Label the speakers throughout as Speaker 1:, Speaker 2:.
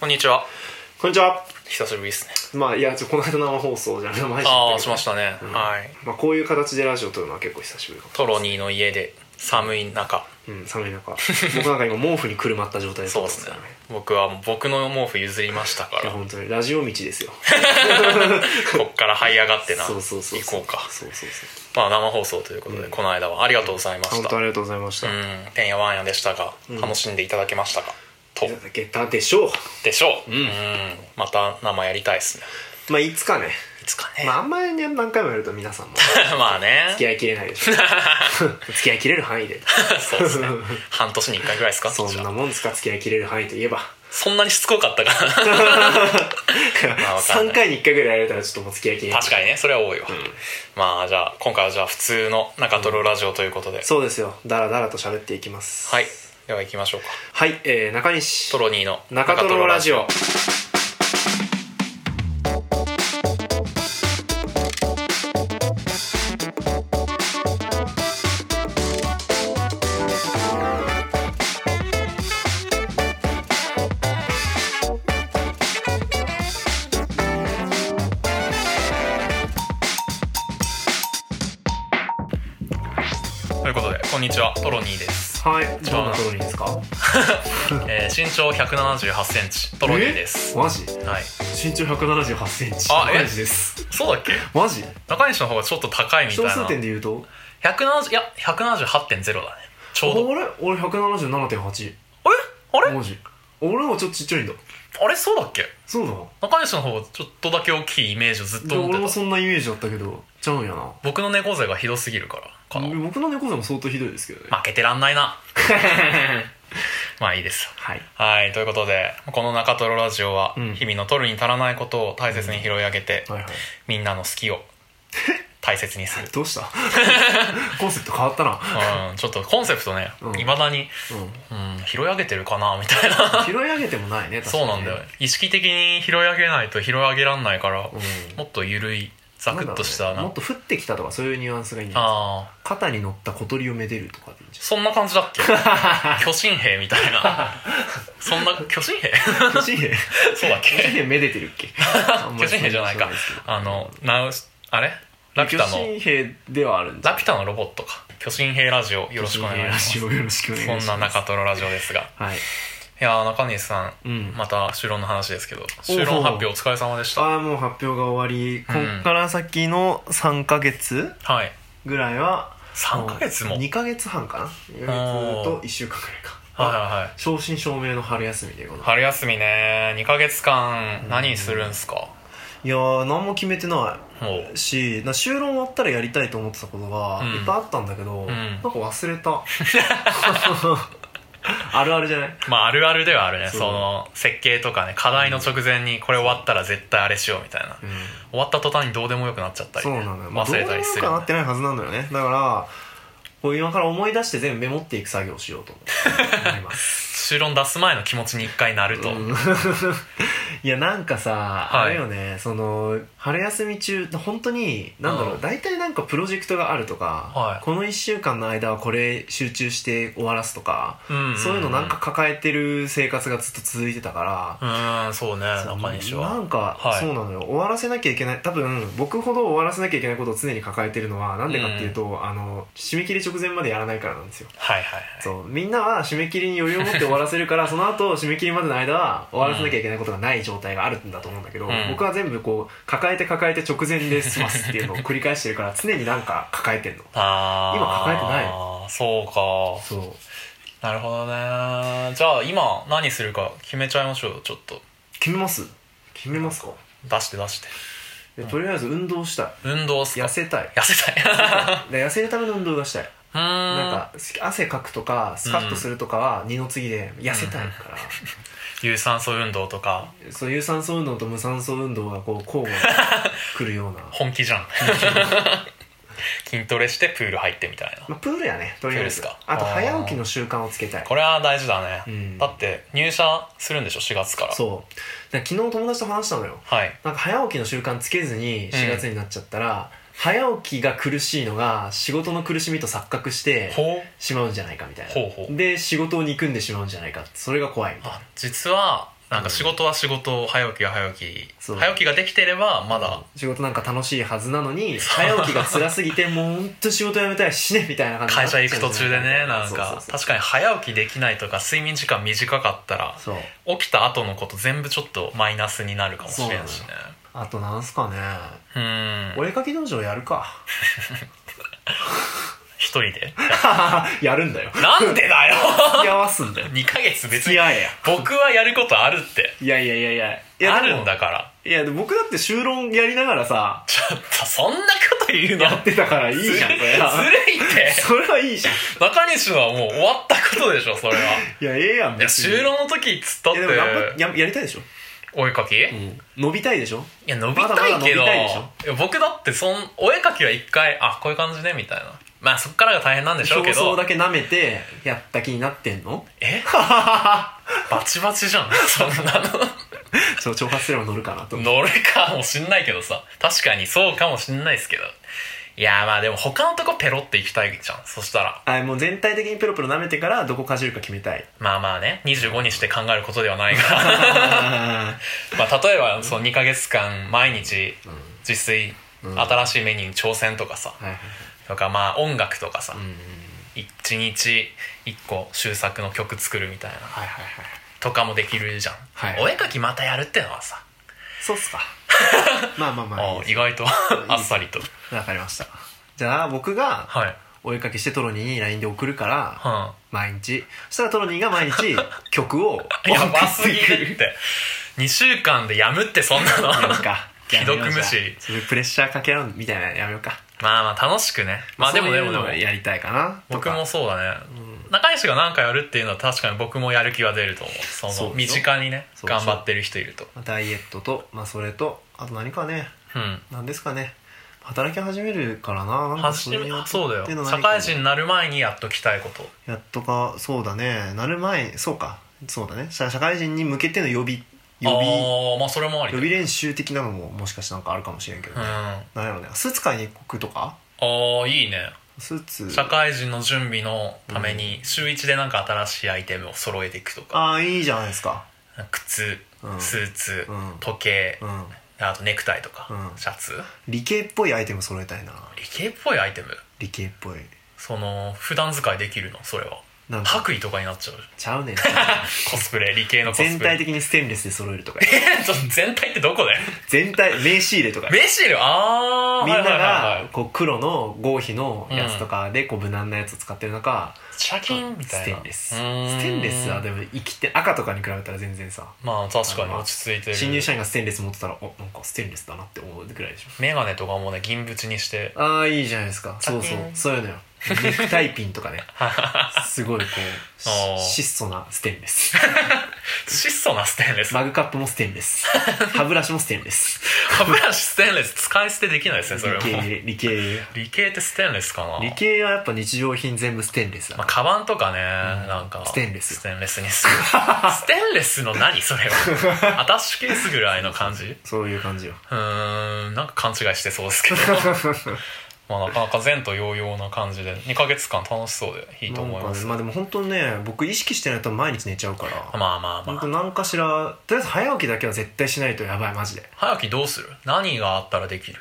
Speaker 1: こんにちは
Speaker 2: こんにちは
Speaker 1: 久しぶりですね
Speaker 2: まあいやちょこの間生放送じゃあ生配信
Speaker 1: ああ
Speaker 2: っ
Speaker 1: し
Speaker 2: ていうか
Speaker 1: ましたね、
Speaker 2: うん
Speaker 1: はい
Speaker 2: まあ、こういう形でラジオ撮るのは結構久しぶりかも
Speaker 1: トロニーの家で寒い中
Speaker 2: うん寒い中僕なんか今毛布にくるまった状態だ
Speaker 1: そう
Speaker 2: っ
Speaker 1: で
Speaker 2: たん
Speaker 1: すね僕はもう僕の毛布譲りましたか
Speaker 2: いや
Speaker 1: ら
Speaker 2: 本当にラジオ道ですよ
Speaker 1: こっから這い上がってな
Speaker 2: そうそうそう
Speaker 1: 行こうか
Speaker 2: そうそうそ
Speaker 1: まあ生放送ということで、
Speaker 2: うん
Speaker 1: この間はありがとうございま
Speaker 2: う
Speaker 1: し
Speaker 2: 本
Speaker 1: た
Speaker 2: 当
Speaker 1: う
Speaker 2: ありがとうございました、い
Speaker 1: んてんやわんやでしたが、
Speaker 2: うん
Speaker 1: 楽しんでいただけましたかと
Speaker 2: ただけたでしょう
Speaker 1: でしょう、うんまた生やりたいですね
Speaker 2: まあいつかね
Speaker 1: いつかね、
Speaker 2: まああんまりね何回もやると皆さんも
Speaker 1: まあね
Speaker 2: 付き合いきれない でしょ付き合いきれる範囲で
Speaker 1: そうですね半年に1回ぐらいですか
Speaker 2: そん
Speaker 1: じゃ
Speaker 2: な
Speaker 1: あ
Speaker 2: もんですか付き合いきれる範囲といえば
Speaker 1: そんなにしつこかったかなまあわかんない
Speaker 2: 3回に1回ぐらいやれたらちょっともう付き合いきれない
Speaker 1: 確かにねそれは多いわ、まあじゃあ今回はじゃあ普通の中トロラジオということで、
Speaker 2: そうですよだらだらと喋っていきます
Speaker 1: はいでは行きましょうか
Speaker 2: はい、えー、中西
Speaker 1: トロニーの
Speaker 2: 中トロラジオ
Speaker 1: ということでこんにちはトロニーです、
Speaker 2: はいどんなところにですか
Speaker 1: えー、身長1 7 8センチトロニーです
Speaker 2: えマジ
Speaker 1: はい
Speaker 2: 身長178センチ
Speaker 1: あえ
Speaker 2: マジです
Speaker 1: そうだっけ
Speaker 2: マジ
Speaker 1: 中西の方がちょっと高いみたい
Speaker 2: 小
Speaker 1: な
Speaker 2: 数点で言うと
Speaker 1: 170いや178.0だねち
Speaker 2: あ
Speaker 1: ょう
Speaker 2: れ
Speaker 1: どえ
Speaker 2: 俺177.8
Speaker 1: あれ
Speaker 2: マジ俺はちょっとちっちゃいんだ
Speaker 1: あれそうだっけ
Speaker 2: そうだ
Speaker 1: 中西の方がちょっとだけ大きいイメージをずっ
Speaker 2: で
Speaker 1: と持
Speaker 2: 俺
Speaker 1: って
Speaker 2: も
Speaker 1: た
Speaker 2: そんなイメージだったけどちゃうんやな
Speaker 1: 僕の猫背がひどすぎるからかな負
Speaker 2: 僕の猫背も相当ひどいですけどね
Speaker 1: けてらんない なまあいいですよ
Speaker 2: はい
Speaker 1: はい、ということで、この中トロラジオは、
Speaker 2: うん
Speaker 1: 日々の取るに足らないことを大切に拾い上げて、
Speaker 2: はいはい
Speaker 1: みんなの好き を大切にする。
Speaker 2: どうした コンセプト変わったな
Speaker 1: うん、ちょっとコンセプトね
Speaker 2: う、ん
Speaker 1: いまだに、
Speaker 2: うん
Speaker 1: うん、拾い上げてるかな、みたい な。
Speaker 2: 拾い上げてもないね確
Speaker 1: そ
Speaker 2: か
Speaker 1: う
Speaker 2: にね
Speaker 1: なんだよ。意識的に拾い上げないと拾い上げらんないから、
Speaker 2: うん
Speaker 1: もっとゆるい、ザクッとした
Speaker 2: なんだろ
Speaker 1: な。
Speaker 2: うねもっと降ってきたとかそういうニュアンスがいいんじゃない
Speaker 1: ああ、
Speaker 2: 肩に乗った小鳥をめでるとかでいいんじ
Speaker 1: そんな感じだっ け巨神兵みたいな。そんな、巨神 兵
Speaker 2: ゃ ない巨人兵
Speaker 1: そうだっ
Speaker 2: 巨人
Speaker 1: け
Speaker 2: 兵めでてるっけ
Speaker 1: 巨神兵じゃないか。あの、ナウス、あれラピュ
Speaker 2: 巨
Speaker 1: タの。
Speaker 2: 神兵ではあるんじゃ
Speaker 1: ラ
Speaker 2: ない
Speaker 1: ピュタのロボットか。巨神兵ラジオ、よろしくお願いします。
Speaker 2: 巨神兵ラジオよろしくお願いし
Speaker 1: そ
Speaker 2: ます
Speaker 1: んな中トロラジオですが。
Speaker 2: はい
Speaker 1: いやー、中西さん、
Speaker 2: うん
Speaker 1: また修論の話ですけど、修論発表お疲れ様でした。
Speaker 2: ああもう発表が終わりこ
Speaker 1: うん
Speaker 2: っから先の3ヶ月
Speaker 1: はい。
Speaker 2: ぐらいは
Speaker 1: 3ヶ月も。はい
Speaker 2: 2ヶ月半かな2ヶ月と1週間ぐらいか
Speaker 1: はいはい。
Speaker 2: 正真正銘の春休みでございます
Speaker 1: 春休みね2ヶ月間、何するんすか
Speaker 2: いやー何も決めてない
Speaker 1: もう。
Speaker 2: しな就論終わったらやりたいと思ってたことが
Speaker 1: うん
Speaker 2: いっぱいあったんだけど、
Speaker 1: ん
Speaker 2: なんか忘れ たあるあるじゃない
Speaker 1: まあ、あるあるではあるね。
Speaker 2: そ
Speaker 1: そうの、設計とかね、課題の直前に、これ終わったら絶対あれしようみたいな。終わった途端にどうでもよくなっちゃったり
Speaker 2: そう
Speaker 1: ね、
Speaker 2: なのよ、まあ、ど
Speaker 1: 忘
Speaker 2: う
Speaker 1: れ
Speaker 2: にも
Speaker 1: たりする
Speaker 2: か
Speaker 1: よ
Speaker 2: な
Speaker 1: ね
Speaker 2: っ。てないはずなのよねだからこう今から思い出して全部メモっていく作業をしようと 思ってます
Speaker 1: 修論出す前の気持ちに一回なると。
Speaker 2: うん いやなんかさ、
Speaker 1: い
Speaker 2: あれよねその春休み中本当になんだろう、
Speaker 1: うん
Speaker 2: 大体なんかプロジェクトがあるとか、
Speaker 1: はい
Speaker 2: この1週間の間はこれ集中して終わらすとか、
Speaker 1: うんうんうん
Speaker 2: そういうのなんか抱えてる生活がずっと続いてたから、
Speaker 1: うーん、そうね、中西は。
Speaker 2: なんか、
Speaker 1: はい
Speaker 2: そうなのよ終わらせなきゃいけない多分僕ほど終わらせなきゃいけないことを常に抱えてるのはなんでかっていうと、あの締め切り直前までやらないからなんですよ
Speaker 1: はいはいはい。
Speaker 2: そうみんなは締め切りに余裕を持って終わらせるから その後締め切りまでの間は終わらせなきゃいけないことがない状態があるんだと思うんだけど、
Speaker 1: うん
Speaker 2: 僕は全部こう抱えて抱えて直前で済ますっていうのを繰り返して るから常になんか抱えてんの
Speaker 1: あー
Speaker 2: 今抱えてない
Speaker 1: そうか
Speaker 2: そう
Speaker 1: なるほどねじゃあ今何するか決めちゃいましょうよちょっと
Speaker 2: 決めます決めますか
Speaker 1: 出して出して
Speaker 2: いやとりあえず運動したい
Speaker 1: 運動っすか
Speaker 2: 痩せたい
Speaker 1: 痩せ たい
Speaker 2: で痩せるための運動がしたいう
Speaker 1: ーん
Speaker 2: なんか汗かくとかスカッとするとかは二の次で痩せたいから、
Speaker 1: 有酸素運動とか
Speaker 2: そう有酸素運動と無酸素運動がこう交互に来るような
Speaker 1: 本気じゃん筋トレしてプール入ってみたいな
Speaker 2: まあプールやねとりあえず
Speaker 1: プールっすか
Speaker 2: あと早起きの習慣をつけたい
Speaker 1: これは大事だね、
Speaker 2: うん
Speaker 1: だって入社するんでしょ4月から
Speaker 2: そうだから昨日友達と話したのよ
Speaker 1: はい
Speaker 2: なんか早起きの習慣つけずに
Speaker 1: うん
Speaker 2: 4月になっちゃったら、早起きが苦しいのが仕事の苦しみと錯覚して
Speaker 1: ほう
Speaker 2: しまうんじゃないかみたいな
Speaker 1: ほうほう
Speaker 2: で仕事を憎んでしまうんじゃないかそれが怖いみたいな
Speaker 1: あ実はなんか仕事は仕事早起きが早起き
Speaker 2: そう
Speaker 1: 早起きができてればまだ
Speaker 2: 仕事なんか楽しいはずなのに早起きが辛すぎてもうほんと仕事辞めたいしねみたいな感じにな
Speaker 1: 会
Speaker 2: っち
Speaker 1: 社
Speaker 2: ゃう
Speaker 1: 行く途中でねなんか
Speaker 2: そうそうそう
Speaker 1: 確かに早起きできないとか睡眠時間短かったら
Speaker 2: そう
Speaker 1: 起きた後のこと全部ちょっとマイナスになるかもしれんしね
Speaker 2: あとなんすかね
Speaker 1: うん
Speaker 2: お絵かき道場やるか
Speaker 1: 一人で
Speaker 2: やるんだよ
Speaker 1: なんでだよ
Speaker 2: 付き合わすんだよ
Speaker 1: 2ヶ月別
Speaker 2: 付
Speaker 1: に
Speaker 2: き合えや
Speaker 1: 僕はやることあるって
Speaker 2: いやいやいやいやいや
Speaker 1: あ
Speaker 2: でも
Speaker 1: るんだから
Speaker 2: いやでも僕だって就論やりながらさ
Speaker 1: ちょっとそんなこと言うの
Speaker 2: やってたからいいじゃんそれ
Speaker 1: ず
Speaker 2: は
Speaker 1: るいって
Speaker 2: それはいいじゃん
Speaker 1: 中西のはもう終わったことでしょそれはい
Speaker 2: やええやん
Speaker 1: いや
Speaker 2: 別に
Speaker 1: 就労の時っつったっ
Speaker 2: い
Speaker 1: て
Speaker 2: やでも頑張っややりたいでしょ、
Speaker 1: お絵かき、い
Speaker 2: 伸びたいでしょ
Speaker 1: や伸びたいけど
Speaker 2: まだまだ伸びたいでしょ
Speaker 1: いや僕だってそんお絵かきは一回あこういう感じねみたいなまあそっからが大変なんでしょう
Speaker 2: 表
Speaker 1: け
Speaker 2: 層
Speaker 1: ど
Speaker 2: だけ舐めてやった気になってんの
Speaker 1: え バチバチじゃん そんなの
Speaker 2: ちょ挑発すれば乗るかなと
Speaker 1: 乗るかもしんないけどさ確かにそうかもしんないですけどいやまあでも他のとこペロっていきたいじゃんそしたら
Speaker 2: あもう全体的にペロペロ舐めてからどこかじるか決めたい
Speaker 1: まあまあね25にして考えることで はないが
Speaker 2: あ
Speaker 1: まあ例えばその2ヶ月間毎日自炊、
Speaker 2: ん
Speaker 1: 新しいメニューに挑戦とかさ、
Speaker 2: ーはいはい
Speaker 1: とかまあ音楽とかさ、
Speaker 2: うん
Speaker 1: 一日一個終作の曲作るみたいな
Speaker 2: はいはいはい
Speaker 1: とかもできるじゃん、
Speaker 2: はい
Speaker 1: お絵かきまたやるってのはさ、
Speaker 2: そうっ すかまあまあまあいい
Speaker 1: おう
Speaker 2: で
Speaker 1: 意外とあっさりと
Speaker 2: すわかりましたじゃあ僕が
Speaker 1: はい、
Speaker 2: お絵かきしてトロニーに LINE で送るから
Speaker 1: は
Speaker 2: 毎日そしたらトロニーが 毎日曲
Speaker 1: ん、
Speaker 2: を
Speaker 1: やばすぎるって2週間でやむってそんなの
Speaker 2: なん
Speaker 1: ま
Speaker 2: か
Speaker 1: 既読無視
Speaker 2: やめようじゃあそれプレッシャーかけ合うみたいなのやめようか
Speaker 1: あまあ楽しくねまあでも
Speaker 2: そう
Speaker 1: で
Speaker 2: いう
Speaker 1: もで
Speaker 2: の
Speaker 1: も
Speaker 2: をやりたいかなと
Speaker 1: 僕
Speaker 2: か
Speaker 1: もそうだね、中西が何かやるっていうのは確かに僕もやる気は出ると思うそ
Speaker 2: そう
Speaker 1: の
Speaker 2: で
Speaker 1: 身
Speaker 2: しょ
Speaker 1: 近にね
Speaker 2: そうでし
Speaker 1: 頑張
Speaker 2: ょ
Speaker 1: ってる人いると
Speaker 2: まあダイエットと、まあ、それとあと何かね
Speaker 1: うん
Speaker 2: 何ですかね働き始めるからななんか
Speaker 1: 初め
Speaker 2: やっ
Speaker 1: そうだよ
Speaker 2: っての
Speaker 1: 社
Speaker 2: 何か
Speaker 1: 会人になる前にやっときたいこと
Speaker 2: やっとかそうだねなる前そうかそうだね社社会人に向けての予備予備
Speaker 1: ああまあそれもあり
Speaker 2: 予備練習的なのももしかしてなんかあるかもしれんけど、
Speaker 1: うん
Speaker 2: ね
Speaker 1: あ
Speaker 2: なんやろうねスーツ買いに行くとか
Speaker 1: あいいね
Speaker 2: スーツ
Speaker 1: 社会人の準備のために週1でなんか新しいアイテムを揃えていくとか
Speaker 2: ああいいじゃないですか
Speaker 1: 靴
Speaker 2: うん
Speaker 1: スーツ
Speaker 2: うん
Speaker 1: 時計
Speaker 2: うん
Speaker 1: あとネクタイとか
Speaker 2: うん
Speaker 1: シャツ
Speaker 2: 理系っぽいアイテム揃えたいな
Speaker 1: 理系っぽいアイテム
Speaker 2: 理系っぽい
Speaker 1: その普段使いできるのそれは
Speaker 2: なんか
Speaker 1: 白衣とかになっちゃう
Speaker 2: ちゃうねん
Speaker 1: コスプレ理 系のコスプレ
Speaker 2: 全 体的にステンレスで揃えるとか
Speaker 1: えちょっと全体ってどこだよ
Speaker 2: 全体名刺入 れとか
Speaker 1: 名刺入れああ
Speaker 2: みんな
Speaker 1: はいはいはいは
Speaker 2: が
Speaker 1: い
Speaker 2: こう黒の合皮のやつとかでこう無難なやつを使ってる中
Speaker 1: シャキンみた
Speaker 2: ス
Speaker 1: い
Speaker 2: テ
Speaker 1: な
Speaker 2: ンレス
Speaker 1: う
Speaker 2: ス
Speaker 1: ーん
Speaker 2: テンレスはでも生きて赤とかに比べたら全然さ
Speaker 1: まあ確かに落ち着いてる
Speaker 2: 新入社員がステンレス持ってたらおなんかステンレスだなって思うぐらいでしょ
Speaker 1: メガネとかもね銀縁に して
Speaker 2: ああいいじゃないですかそうそう
Speaker 1: パキン
Speaker 2: そういうのよネクタイピンとかね すごいこうし
Speaker 1: あー
Speaker 2: 質素なステンレ ス
Speaker 1: 質素なステンレス
Speaker 2: マグカップもステンレス歯ブラシもステンレス
Speaker 1: 歯ブラシステンレス使い捨てできない ですねそれ
Speaker 2: 理
Speaker 1: は
Speaker 2: 系理系
Speaker 1: 理系ってステンレスかな
Speaker 2: 理系はやっぱ日常品全部ステンレスだ
Speaker 1: まあ、
Speaker 2: な
Speaker 1: カバンとかね、なんか
Speaker 2: ステンレス
Speaker 1: ステンレスに するステンレスの何それはアタッシュケースぐらいの感じう
Speaker 2: そういう感じよ
Speaker 1: ーんなんか勘違いしてそう ですけどまあなかなか前と洋々な感じで2ヶ月間楽しそうでいいと思います、
Speaker 2: なんかねまあでも本当にね僕意識してないと毎日寝ちゃうから
Speaker 1: まあまあ
Speaker 2: 本
Speaker 1: まあ
Speaker 2: 当何かしらとりあえず早起きだけは絶対しないとやばいマジで
Speaker 1: 早起きどうする何があったらできる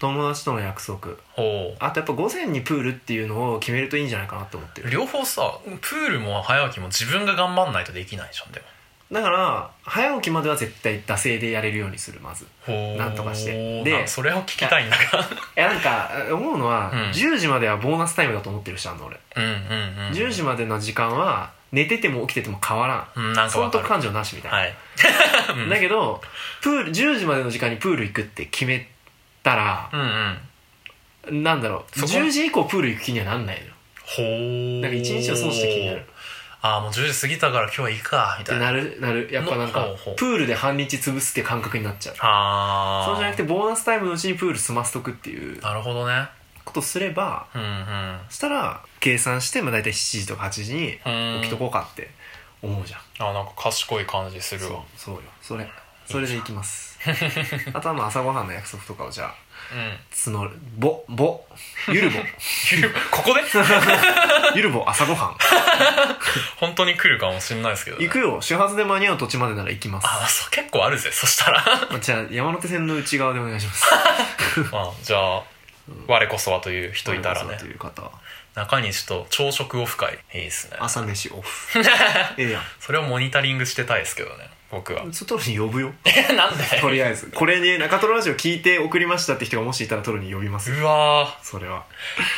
Speaker 2: 友達との約束
Speaker 1: ほ
Speaker 2: あとやっぱ午前にプールっていうのを決めるといいんじゃないかなと思って
Speaker 1: う
Speaker 2: る
Speaker 1: 両方さプールも早起きも自分が頑張んないとできないじゃんでも
Speaker 2: だから早起きまでは絶対惰性でやれるようにするまず
Speaker 1: ほう
Speaker 2: なんとかして
Speaker 1: で
Speaker 2: で
Speaker 1: それを聞きたいんだ が
Speaker 2: いやなんか思うのは、
Speaker 1: うん
Speaker 2: 10時まではボーナスタイムだと思ってる人あんの俺、
Speaker 1: うんうんうん
Speaker 2: 10時までの時間は寝てても起きてても変わらん、
Speaker 1: うんなんか
Speaker 2: 損
Speaker 1: わか
Speaker 2: 得
Speaker 1: る
Speaker 2: 感情なしみたいな、
Speaker 1: はい
Speaker 2: だけどプール10時までの時間にプール行くって決めたら
Speaker 1: う、んうん
Speaker 2: なんだろう
Speaker 1: そこ
Speaker 2: 10時以降プール行く気にはなんないのよ
Speaker 1: ほう
Speaker 2: なんか一日を損した気になる
Speaker 1: ああもう10時過ぎたから今日はいいかみ
Speaker 2: った
Speaker 1: い
Speaker 2: て
Speaker 1: な
Speaker 2: なるなるやっぱなんか
Speaker 1: ほうほう
Speaker 2: プールで半日潰すっていう感覚になっちゃう
Speaker 1: ああ
Speaker 2: そうじゃなくてボーナスタイムのうちにプール済ませとくっていう
Speaker 1: なるほどね
Speaker 2: ことすれば
Speaker 1: うんうん
Speaker 2: そしたら計算してまあ大体7時とか8時に
Speaker 1: うん
Speaker 2: 起きとこうかって思うじゃん
Speaker 1: あなんか賢い感じする
Speaker 2: そう
Speaker 1: わ
Speaker 2: そうよそれそれでいきます あとはまあ朝ごはんの約束とかをじゃあ
Speaker 1: うん
Speaker 2: 募るぼぼゆるぼ
Speaker 1: ここで
Speaker 2: ゆるぼ朝ごはん
Speaker 1: 本当に来るかもしれないですけど、ね、
Speaker 2: 行くよ始発で間に合う土地までなら行きます
Speaker 1: ああそう結構あるぜそしたら
Speaker 2: じゃあ山手線の内側でお願いします
Speaker 1: まあじゃあ我こそはという人いたらね
Speaker 2: という方は
Speaker 1: 中西と朝食オフ会いいですね
Speaker 2: 朝飯 オフええや
Speaker 1: それをモニタリングしてたいですけどね僕 は
Speaker 2: ん外に呼ぶよ
Speaker 1: えなんで
Speaker 2: とりあえずこれに中トロラジオ聞いて送りましたって人がもしいたらトロに呼びますよ
Speaker 1: うわ
Speaker 2: それは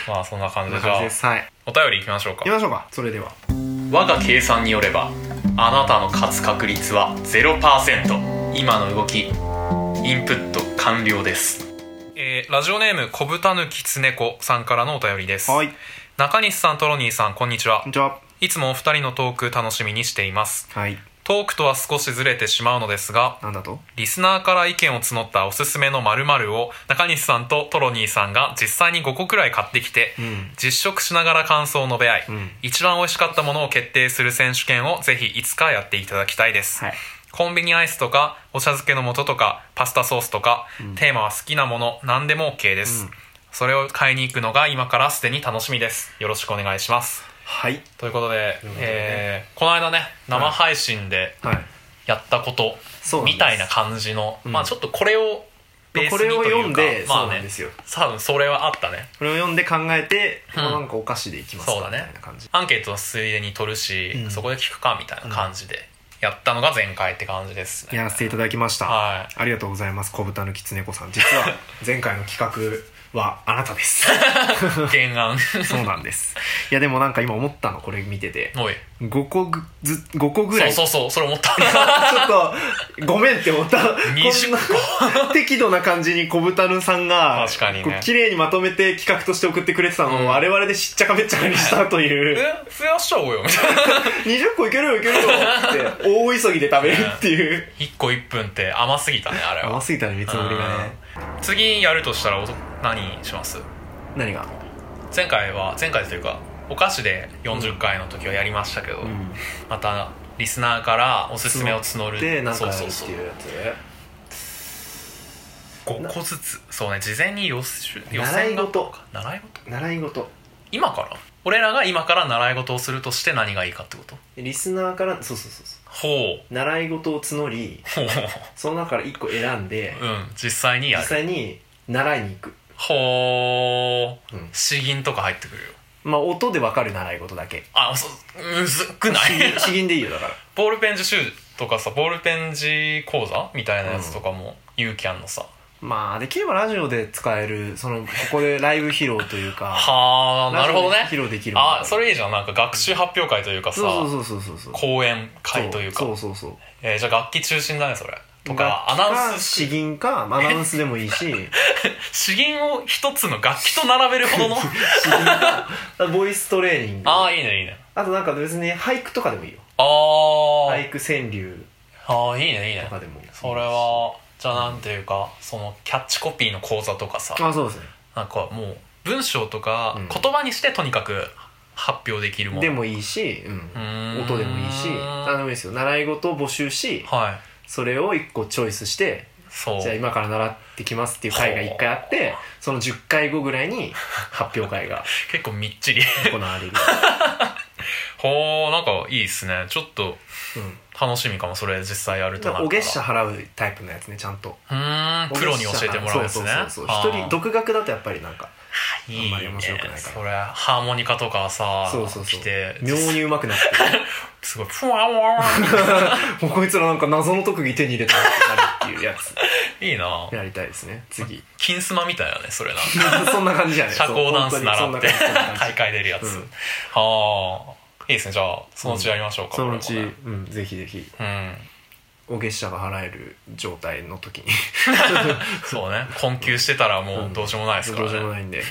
Speaker 1: ーまあそんな感
Speaker 2: こ
Speaker 1: じ
Speaker 2: んな
Speaker 1: でじゃ
Speaker 2: 感
Speaker 1: あ
Speaker 2: じですはい
Speaker 1: お便りいきましょうか
Speaker 2: 行きましょうかそれでは
Speaker 1: 我が計算によればあなたの勝つ確率は0%今の動きインプット完了です、えーラジオネーム小豚ぬきつねこさんからのお便りです、
Speaker 2: はい
Speaker 1: 中西さんトロニーさんこんにちは
Speaker 2: こんにちはい
Speaker 1: つもお二人のトーク楽しみにしています
Speaker 2: はい
Speaker 1: トークとは少しずれてしまうのですが
Speaker 2: なんだと
Speaker 1: リスナーから意見を募ったおすすめの〇〇を中西さんとトロニーさんが実際に5個くらい買ってきて、
Speaker 2: うん
Speaker 1: 実食しながら感想を述べ合い、
Speaker 2: うん
Speaker 1: 一番美味しかったものを決定する選手権をぜひいつかやっていただきたいです、
Speaker 2: はい
Speaker 1: コンビニアイスとかお茶漬けの素とかパスタソースとか、テーマは好きなもの何でも OK です、
Speaker 2: うん
Speaker 1: それを買いに行くのが今からすでに楽しみですよろしくお願いします
Speaker 2: はい
Speaker 1: ということで
Speaker 2: ということでね
Speaker 1: えーこの間ね生配信で
Speaker 2: はい
Speaker 1: やったこと
Speaker 2: そうなんです
Speaker 1: みたいな感じの、
Speaker 2: うん
Speaker 1: まあちょっとこれをベースに
Speaker 2: こと
Speaker 1: いうか
Speaker 2: れを読んで、
Speaker 1: ま
Speaker 2: そう
Speaker 1: あ
Speaker 2: なん
Speaker 1: ね
Speaker 2: ですよ
Speaker 1: 多分それはあったね
Speaker 2: これを読んで考えて、
Speaker 1: うん
Speaker 2: もうなんかお菓子でいきますか
Speaker 1: そうだね
Speaker 2: みたいな感じ
Speaker 1: アンケートはついでに取るし、
Speaker 2: うん
Speaker 1: そこで聞くかみたいな感じでやったのが前回って感じですね
Speaker 2: やらせていただきました、
Speaker 1: はい
Speaker 2: ありがとうございます小豚のきつねこさん実は 前回の企画はあなたです
Speaker 1: 原 案
Speaker 2: そうなんですいやでもなんか今思ったのこれ見てて
Speaker 1: おい
Speaker 2: 5個ぐず5個ぐらい
Speaker 1: そうそうそうそれ思った
Speaker 2: ちょっとごめんって思った
Speaker 1: 20
Speaker 2: こんな適度な感じに小豚のさんが
Speaker 1: 確かにね
Speaker 2: こう綺麗にまとめて企画として送ってくれてたのを、
Speaker 1: うん
Speaker 2: 我々でしっちゃかめっちゃかにしたとい
Speaker 1: え
Speaker 2: う
Speaker 1: 増やしちゃおうよみたいな
Speaker 2: 20個いけるよいけるよって大急ぎで食べるっていう
Speaker 1: 1個1分って甘すぎたねあれは
Speaker 2: 甘すぎたね見積もりがね
Speaker 1: 次やるとしたらお何します
Speaker 2: 何が
Speaker 1: 前回は前回というかお菓子で40回の時はやりましたけど、またリスナーからおすすめを募る
Speaker 2: でなんか
Speaker 1: そう
Speaker 2: やる
Speaker 1: そう
Speaker 2: っ
Speaker 1: そ
Speaker 2: て
Speaker 1: う
Speaker 2: いうやつ
Speaker 1: 5個ずつそうね事前に予習予
Speaker 2: 習い
Speaker 1: 選が
Speaker 2: 事
Speaker 1: 習い事
Speaker 2: 習い事
Speaker 1: 今から俺らが今から習い事をするとして何がいいかってこと
Speaker 2: リスナーからそうそうそうそ
Speaker 1: ほ
Speaker 2: う習い事を募り
Speaker 1: うほ う
Speaker 2: その中から1個選んで
Speaker 1: うん実際に
Speaker 2: 実
Speaker 1: やる
Speaker 2: 際に習いに行く、
Speaker 1: ほう
Speaker 2: うん
Speaker 1: 詩吟とか入ってくるよ
Speaker 2: まあ音でわかる習い事だけ
Speaker 1: あそうむずくない
Speaker 2: 詩吟詩吟でいいよだから
Speaker 1: ボールペン自習とかさボールペン字講座みたいなやつとかも、ユーキャンのさ
Speaker 2: まあできればラジオで使えるそのここでライブ披露というか
Speaker 1: はあなるほど
Speaker 2: ラ
Speaker 1: ね
Speaker 2: ジオで披露できる
Speaker 1: あそれいいじゃんなんか学習発表会というかさ
Speaker 2: そうそうそうそうそう
Speaker 1: 講演会というか
Speaker 2: そうそうそうそう
Speaker 1: えーじゃあ楽器中心だねそれとかアナウンス
Speaker 2: 詩吟かアナウンスでもいいし
Speaker 1: 資源を一つの楽器と並べるほどの
Speaker 2: 詩吟か ボイストレーニング
Speaker 1: ああいいねいいね
Speaker 2: あとなんか別に俳句とかでもいいよ
Speaker 1: あー、
Speaker 2: 俳句川柳
Speaker 1: あーいいねいいね
Speaker 2: とかでもいいし
Speaker 1: それはじゃあなんていうかそのキャッチコピーの講座とかさ
Speaker 2: あそうですね
Speaker 1: なんかもう文章とか
Speaker 2: うん
Speaker 1: 言葉にしてとにかく発表できるもの
Speaker 2: でもいいし、うん
Speaker 1: うーん
Speaker 2: 音でもいいし何でもいいですよ習い事を募集し
Speaker 1: はい
Speaker 2: それを1個チョイスして
Speaker 1: そう
Speaker 2: じゃあ今から習ってきますっていう会が1回あってその10回後ぐらいに発表会が
Speaker 1: 結構みっちり
Speaker 2: 行われる、
Speaker 1: ほーなんかいいっすねちょっと
Speaker 2: うん、
Speaker 1: 楽しみかもそれ実際やると
Speaker 2: だ
Speaker 1: な
Speaker 2: か
Speaker 1: ったら
Speaker 2: らお月謝払うタイプのやつねちゃんと
Speaker 1: うーんプロに教えてもらうやつね
Speaker 2: そうそうそうそう一
Speaker 1: あ
Speaker 2: 人
Speaker 1: ー
Speaker 2: 独学だとやっぱりなんか
Speaker 1: いいね
Speaker 2: あんまり面白くないから
Speaker 1: それハーモニカとかさ
Speaker 2: そうそうそう
Speaker 1: 来て
Speaker 2: 妙にうまくなって
Speaker 1: すごいふわわー
Speaker 2: もうこいつらなんか謎の特技手に入れたなってなるっていうやつ
Speaker 1: いいな
Speaker 2: やりたいですね次
Speaker 1: 金スマみたいなねそれな
Speaker 2: そんな感じやね
Speaker 1: 社交ダンス習って
Speaker 2: そう本当にそんな感 じそんな感
Speaker 1: 大会出るやつ、
Speaker 2: うん
Speaker 1: はあいいですねじゃあそのうちやりましょう
Speaker 2: じ
Speaker 1: か、
Speaker 2: そのうち、
Speaker 1: これもね
Speaker 2: うん、ぜひぜひ
Speaker 1: うん
Speaker 2: お月謝が払える状態の時に
Speaker 1: そうね困窮してたらもうどうしようもないですか
Speaker 2: ど
Speaker 1: ら
Speaker 2: うし
Speaker 1: ね、
Speaker 2: ようもないんで、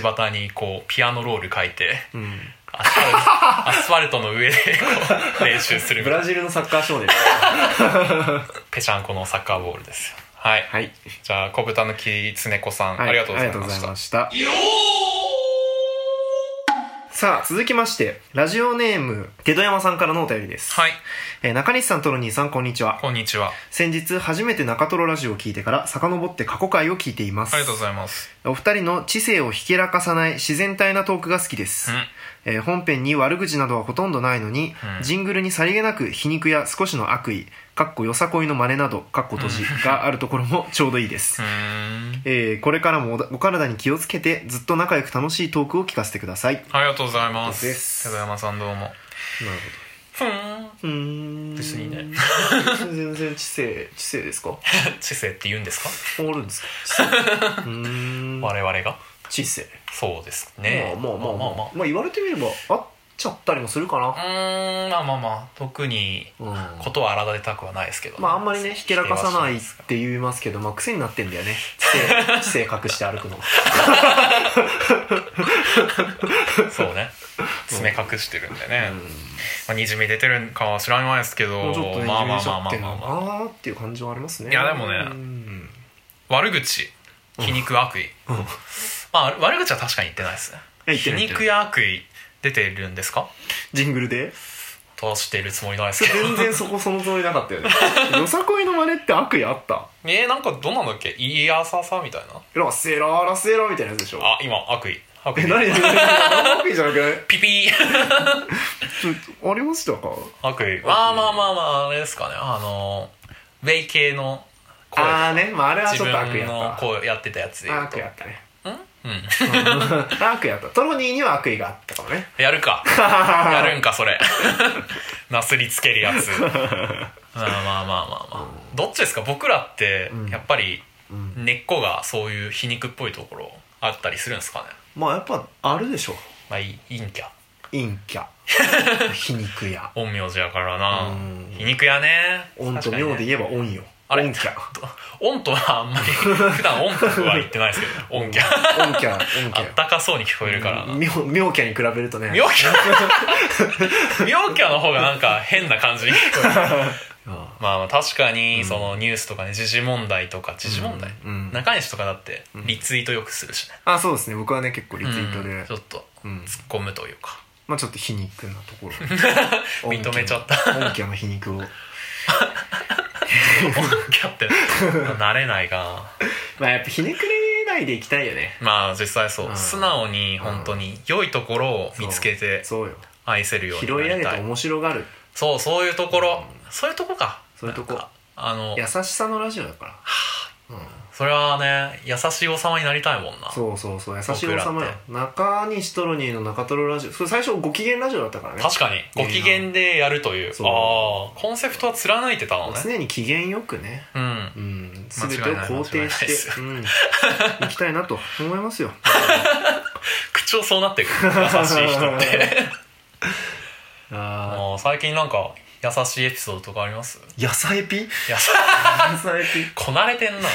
Speaker 1: 道端にこうピアノロール書い て
Speaker 2: うんうん
Speaker 1: アスファルアスファルトの上でこう練習する
Speaker 2: ブラジルのサッカー少年
Speaker 1: ぺちゃんこのサッカーボールですよはい、
Speaker 2: はい
Speaker 1: じゃあ小豚のきつねこさん、
Speaker 2: はい
Speaker 1: ありがとうございました
Speaker 2: ありがとうございました。さあ続きましてラジオネーム手戸山さんからのお便りです、
Speaker 1: はい
Speaker 2: えー中西さんトロニーさんこんにちは
Speaker 1: こんにちは
Speaker 2: 先日初めて中トロラジオを聞いてから遡って過去回を聞いています
Speaker 1: ありがとうございます
Speaker 2: お二人の知性をひけらかさない自然体なトークが好きです
Speaker 1: うん、
Speaker 2: えー本編に悪口などはほとんどないのに、
Speaker 1: うん
Speaker 2: ジングルにさりげなく皮肉や少しの悪意かっこよさこいの真似などかっこ閉じがあるところもちょうどいいです
Speaker 1: う、ーん
Speaker 2: えーこれからもおだお体に気をつけてずっと仲良く楽しいトークを聞かせてくださいなる
Speaker 1: ありがとうございます
Speaker 2: です
Speaker 1: 手山さんどうもふーん
Speaker 2: ほどうーん
Speaker 1: 別にね
Speaker 2: 全然知性知性ですか
Speaker 1: 知性って言うんですか
Speaker 2: ある んですか知性うーん
Speaker 1: 我々が
Speaker 2: 知性
Speaker 1: そうですね
Speaker 2: まあまあまあま
Speaker 1: ま
Speaker 2: あ、ま
Speaker 1: あ
Speaker 2: あ、言われてみればあっちゃったりもするか
Speaker 1: ま
Speaker 2: な、
Speaker 1: あうーんまあまあまあ特に
Speaker 2: うん
Speaker 1: ことは荒立てたくはないですけど、
Speaker 2: まああんまりねひけらかさないって言いますけど、まあ、癖になってんだよね知性知性隠して歩くの
Speaker 1: そうね爪隠してるんでね、
Speaker 2: う ん
Speaker 1: まあ、にじみ出てるんかは知らないですけど
Speaker 2: もうちょっとね
Speaker 1: まあまあ
Speaker 2: ち
Speaker 1: ま
Speaker 2: ゃ
Speaker 1: あま
Speaker 2: っ
Speaker 1: あ
Speaker 2: てん
Speaker 1: まあ
Speaker 2: の
Speaker 1: ま
Speaker 2: か
Speaker 1: あ
Speaker 2: なっていう感じはありますね
Speaker 1: いやでもね
Speaker 2: うん
Speaker 1: 悪口皮肉悪意、
Speaker 2: うん
Speaker 1: まあ悪口は確かに言ってないですね
Speaker 2: いや言って
Speaker 1: 皮
Speaker 2: ない
Speaker 1: 肉や悪意出てるんですか
Speaker 2: ジングルで
Speaker 1: とはしてるつもりないですけど
Speaker 2: 全然そこそのつもりなかったよね よさこいの真似って悪意あった
Speaker 1: えー、なんかどんなんだっけいやささみたいな
Speaker 2: ラセララセラみたいなやつでしょ
Speaker 1: あ今悪意悪
Speaker 2: え
Speaker 1: 意
Speaker 2: 何 何何悪意じゃなくない
Speaker 1: ピピー
Speaker 2: ちょありましたか
Speaker 1: 悪意まあまあまあまああれですかねあのウェイ系の声と
Speaker 2: あ
Speaker 1: か
Speaker 2: あねまああれはち
Speaker 1: 自
Speaker 2: ょっと悪
Speaker 1: 分
Speaker 2: 意やった
Speaker 1: のこうやってたやつで言う
Speaker 2: 悪
Speaker 1: と
Speaker 2: 意やったね
Speaker 1: うん
Speaker 2: 悪意やったトロニーには悪意があったかもね
Speaker 1: やる かやるんかそれ なすりつけるや つまあまあまあまあまあどっちですか僕らって
Speaker 2: うん
Speaker 1: やっぱり
Speaker 2: うん
Speaker 1: 根っこがそういう皮肉っぽいところあったりするんですかね
Speaker 2: まあやっぱあるでしょ
Speaker 1: まあいい陰キャ
Speaker 2: 陰キャ 皮肉や
Speaker 1: 陰陽師やからな
Speaker 2: うん
Speaker 1: 皮肉やね
Speaker 2: 音と
Speaker 1: 確かにね
Speaker 2: 妙で言えば音よ
Speaker 1: あれ
Speaker 2: 音キャ
Speaker 1: 音とはあ んまり普段音楽は言ってないですけど音キャ
Speaker 2: 音キャ音 キ
Speaker 1: あ
Speaker 2: ャ
Speaker 1: ったかそうに聞こえるからな
Speaker 2: 妙妙キャに比べるとね
Speaker 1: 妙キャ妙キャの方がなんか変な 感じに聞こえる
Speaker 2: あ
Speaker 1: まあまあ確かにそのニュースとかね時事問題とか時事問題、
Speaker 2: うんうん
Speaker 1: 中西とかだってリツイートよくするしね、
Speaker 2: あそうですね僕はね結構リツイートで、
Speaker 1: うんちょっと
Speaker 2: うん
Speaker 1: 突っ込むというか
Speaker 2: まあちょっと皮肉なところ
Speaker 1: 認めちゃった
Speaker 2: 音キャの皮肉を
Speaker 1: 音キャって慣れないが
Speaker 2: まあやっぱひねくれないでいきたいよね
Speaker 1: まあ実際そう、
Speaker 2: うん
Speaker 1: 素直に本当に良いところを見つけて
Speaker 2: そうよ
Speaker 1: 愛せるよう
Speaker 2: 拾
Speaker 1: に
Speaker 2: い
Speaker 1: な
Speaker 2: 上げ
Speaker 1: り
Speaker 2: て
Speaker 1: たい
Speaker 2: 面白がる
Speaker 1: そうそういうところ、そういうとこか
Speaker 2: そういうとこ
Speaker 1: なんかあの
Speaker 2: 優しさのラジオだから、うん、
Speaker 1: それはね優しい王様になりたいもんな
Speaker 2: そうそうそう優しい王様
Speaker 1: 僕ら
Speaker 2: よ
Speaker 1: っ
Speaker 2: 中西トロニーの中トロラジオそれ最初ご機嫌ラジオだったからね
Speaker 1: 確かにご機嫌でやるという
Speaker 2: そう
Speaker 1: ああコンセプトは貫いてたのね
Speaker 2: 常に機嫌よくね
Speaker 1: うん
Speaker 2: うん、
Speaker 1: 間
Speaker 2: 全
Speaker 1: 違い
Speaker 2: て
Speaker 1: ない
Speaker 2: を肯定
Speaker 1: 間違いないです
Speaker 2: して、うん、行きたいなと思 いますよ
Speaker 1: 口調そうなってくる優しい人って
Speaker 2: あ
Speaker 1: もう最近なんか優しいエピソードとかあります
Speaker 2: ー野菜ピ
Speaker 1: 優し
Speaker 2: 野菜
Speaker 1: こなれてんな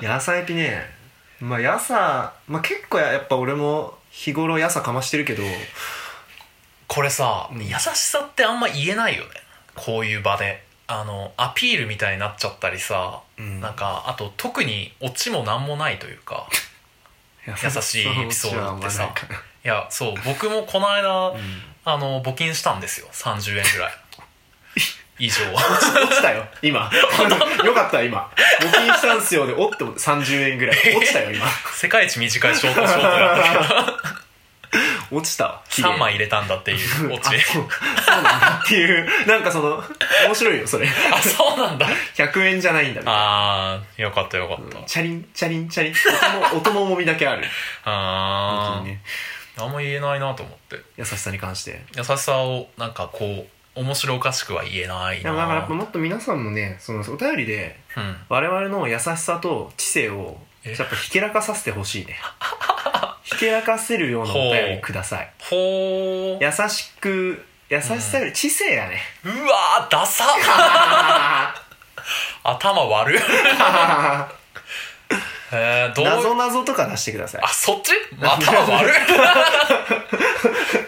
Speaker 2: ピ野菜ピねまあ野菜、まあ、結構ややっぱ俺も日頃野菜かましてるけど
Speaker 1: これさ、
Speaker 2: うん
Speaker 1: 優しさってあんま言えないよねこういう場であのアピールみたいになっちゃったりさ、
Speaker 2: うん
Speaker 1: なんかあと特にオチも何もないというか優しいエピソードってさいやそう僕もこの間、
Speaker 2: うん
Speaker 1: あの募金したんですよ30円ぐらい以上
Speaker 2: 落ちたよ 今よかった今募金したんすよでおって思って30円ぐらい落ちたよ今
Speaker 1: 世界一短いショートショートやったけど
Speaker 2: 落ちたわ 綺麗
Speaker 1: 3枚入れたんだっていうオ
Speaker 2: あそう
Speaker 1: チ
Speaker 2: そうなんだっていうなんかその面白いよそれ
Speaker 1: あそうなんだ
Speaker 2: 100円じゃないんだみたいな
Speaker 1: ああよかったよかった、
Speaker 2: チャリンチャリンチャリン音も音も重みだけある
Speaker 1: ああ、
Speaker 2: ね
Speaker 1: あんま言えないなと思って
Speaker 2: 優しさに関して
Speaker 1: 優しさをなんかこう面白おかしくは言えない
Speaker 2: で
Speaker 1: な
Speaker 2: もだからやっぱもっと皆さんもねそのお便りで
Speaker 1: うん
Speaker 2: 我々の優しさと知性を
Speaker 1: え
Speaker 2: やっぱひけらかさせてほしいね ひけらかせるようなお便りくださ い
Speaker 1: ほー
Speaker 2: 優しく優しさより知性 やね、
Speaker 1: うわーダサ頭悪いえー、どう
Speaker 2: 謎謎とか出して ください
Speaker 1: あそっち頭 悪い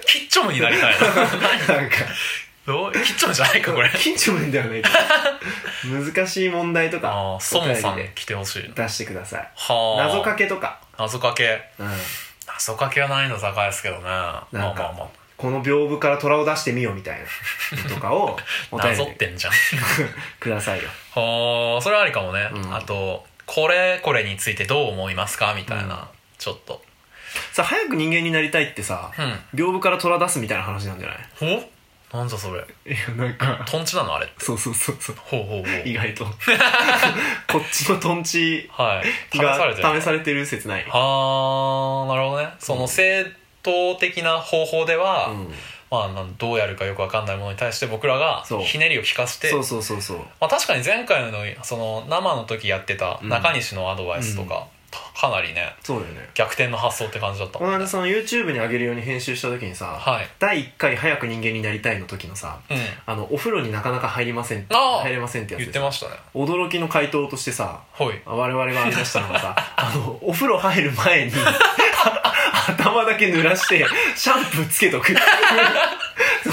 Speaker 1: キッチョムになりたいな
Speaker 2: なんか
Speaker 1: どうキッチョムじゃないか これ
Speaker 2: 緊張面ではないけ ど難しい問題と
Speaker 1: あ
Speaker 2: か
Speaker 1: あソモさ
Speaker 2: お便り
Speaker 1: ん
Speaker 2: で
Speaker 1: 来てほしいな
Speaker 2: 出してください
Speaker 1: はあ
Speaker 2: 謎かけとか
Speaker 1: 謎かけ
Speaker 2: うん
Speaker 1: 謎かけは難易度高いですけどねまあ
Speaker 2: な
Speaker 1: ま
Speaker 2: ん
Speaker 1: あ
Speaker 2: か
Speaker 1: まあ
Speaker 2: この屏風から虎を出してみよみたいなのと かをお
Speaker 1: な
Speaker 2: 便
Speaker 1: ぞ
Speaker 2: り
Speaker 1: っ
Speaker 2: で
Speaker 1: てんじゃん
Speaker 2: くださいよ
Speaker 1: ほーそれはありかもね、
Speaker 2: うん
Speaker 1: あとこれこれについてどう思いますかみたいな、
Speaker 2: うん
Speaker 1: ちょっと
Speaker 2: さ早く人間になりたいってさ、
Speaker 1: う
Speaker 2: 屏風から虎出すみたいな話なんじゃない
Speaker 1: ほなんじゃそれ
Speaker 2: いやなんか
Speaker 1: トンチなのあれって
Speaker 2: そうそうそうそう
Speaker 1: ほうほうほう
Speaker 2: 意 外とこっちのトンチ
Speaker 1: はい試さ
Speaker 2: が
Speaker 1: れてる
Speaker 2: 試されてる説な
Speaker 1: あ
Speaker 2: い
Speaker 1: ーなるほどねその正当的な方法では、
Speaker 2: うん
Speaker 1: まあなん、どうやるかよくわかんないものに対して僕らが
Speaker 2: そう
Speaker 1: ひねりを聞かせて
Speaker 2: そうそうそうそう
Speaker 1: まあ、確かに前回のその生の時やってた中西のアドバイスとか、かなりね
Speaker 2: そうだよね
Speaker 1: 逆転の発想って感じだった
Speaker 2: この間その YouTube に上げるように編集した時にさ、
Speaker 1: はい
Speaker 2: 第1回「早く人間になりたい」の時のさ
Speaker 1: うん
Speaker 2: あのお風呂になかなか入りません
Speaker 1: あー
Speaker 2: 入れませんってやつ
Speaker 1: 言っ
Speaker 2: で
Speaker 1: て
Speaker 2: さ
Speaker 1: ましたね
Speaker 2: 驚きの回答としてさ
Speaker 1: ほい
Speaker 2: 我々が編み出したのがさ あのお風呂入る前に 頭だけ濡らしてシャンプーつけとく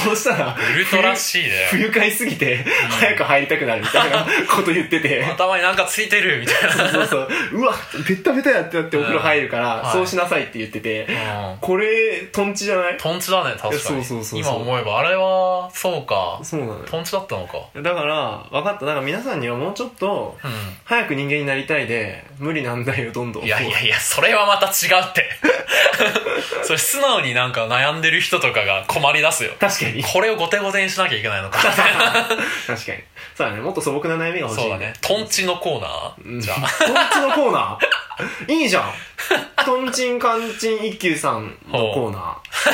Speaker 2: そうしたら
Speaker 1: ウルトラ C で
Speaker 2: 冬快すぎて早く入りたくなるみたい なこと言ってて
Speaker 1: 頭になんかついてるみたい
Speaker 2: そうそうそううわベッタベタやってなってお風呂入るか
Speaker 1: うん
Speaker 2: ら、
Speaker 1: はい
Speaker 2: そうしなさいって言ってて、
Speaker 1: な、うん、
Speaker 2: これトンチじゃない
Speaker 1: トンチだね確か
Speaker 2: そう
Speaker 1: に
Speaker 2: そうそうそう
Speaker 1: 今思えばあれはそうか
Speaker 2: そうなのよ
Speaker 1: トンチだったのか
Speaker 2: だから分かっただから皆さんにはもうちょっと
Speaker 1: うん
Speaker 2: 早く人間になりたいで無理なんだよどんどん
Speaker 1: いやいやいやそれはまた違うって それ素直になんか悩んでる人とかが困りだすよ
Speaker 2: 確かに
Speaker 1: これを後手後手にしなきゃいけないのか
Speaker 2: 確かにそうだねもっと素朴な悩みが欲しい
Speaker 1: そうだねトンチのコーナー、
Speaker 2: うん
Speaker 1: じゃあ
Speaker 2: トンチのコーナーいいじゃんトンチンカンチン一休さんのコーナ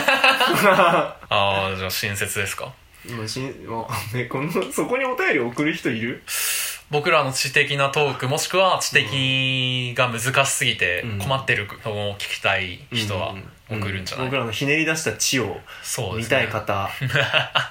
Speaker 2: ー
Speaker 1: ああじゃあ親切ですか
Speaker 2: 今しんもうねこのそこにお便り送る人いる
Speaker 1: 僕らの知的なトークもしくは知的が難しすぎて
Speaker 2: うん
Speaker 1: 困ってるのを聞きたい人は送
Speaker 2: うん
Speaker 1: るんじゃない、
Speaker 2: 僕らのひねり出した知を
Speaker 1: そうで
Speaker 2: 見
Speaker 1: すね
Speaker 2: たい方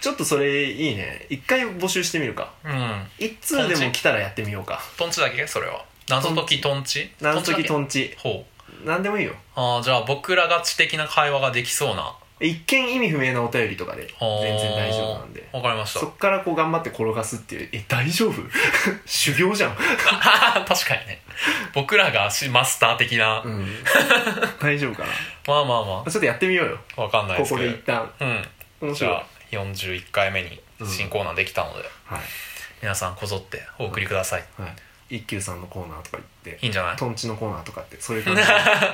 Speaker 2: ちょっとそれいいね一回募集してみるか
Speaker 1: うん
Speaker 2: 一通でも来たらやってみようか
Speaker 1: トンチだけそれは謎解きトンチ
Speaker 2: 謎解きト
Speaker 1: ンチ
Speaker 2: ンチ
Speaker 1: だけほう
Speaker 2: 何でもいいよ
Speaker 1: ああじゃあ僕らが知的な会話ができそうな
Speaker 2: 一見意味不明なお便りとかで
Speaker 1: あー
Speaker 2: 全然大丈夫なんで
Speaker 1: わかりました
Speaker 2: そっからこう頑張って転がすっていうえ大丈夫 修行じゃん、
Speaker 1: 確かにね僕らがしマスター的な、
Speaker 2: うん、 大丈夫か
Speaker 1: まあまあま
Speaker 2: なちょっとやってみようよ
Speaker 1: あわかんない
Speaker 2: こ
Speaker 1: です
Speaker 2: こ
Speaker 1: け
Speaker 2: で
Speaker 1: ど
Speaker 2: 一旦
Speaker 1: うん
Speaker 2: 面
Speaker 1: じ
Speaker 2: 白い
Speaker 1: ゃあ41回目に新コーナーできたので、
Speaker 2: はい
Speaker 1: 皆さんこぞってお送りください、
Speaker 2: はい、一休さんのコーナーとか言っ
Speaker 1: い
Speaker 2: て
Speaker 1: いんじゃない
Speaker 2: とんちのコーナーとかってそういう感じで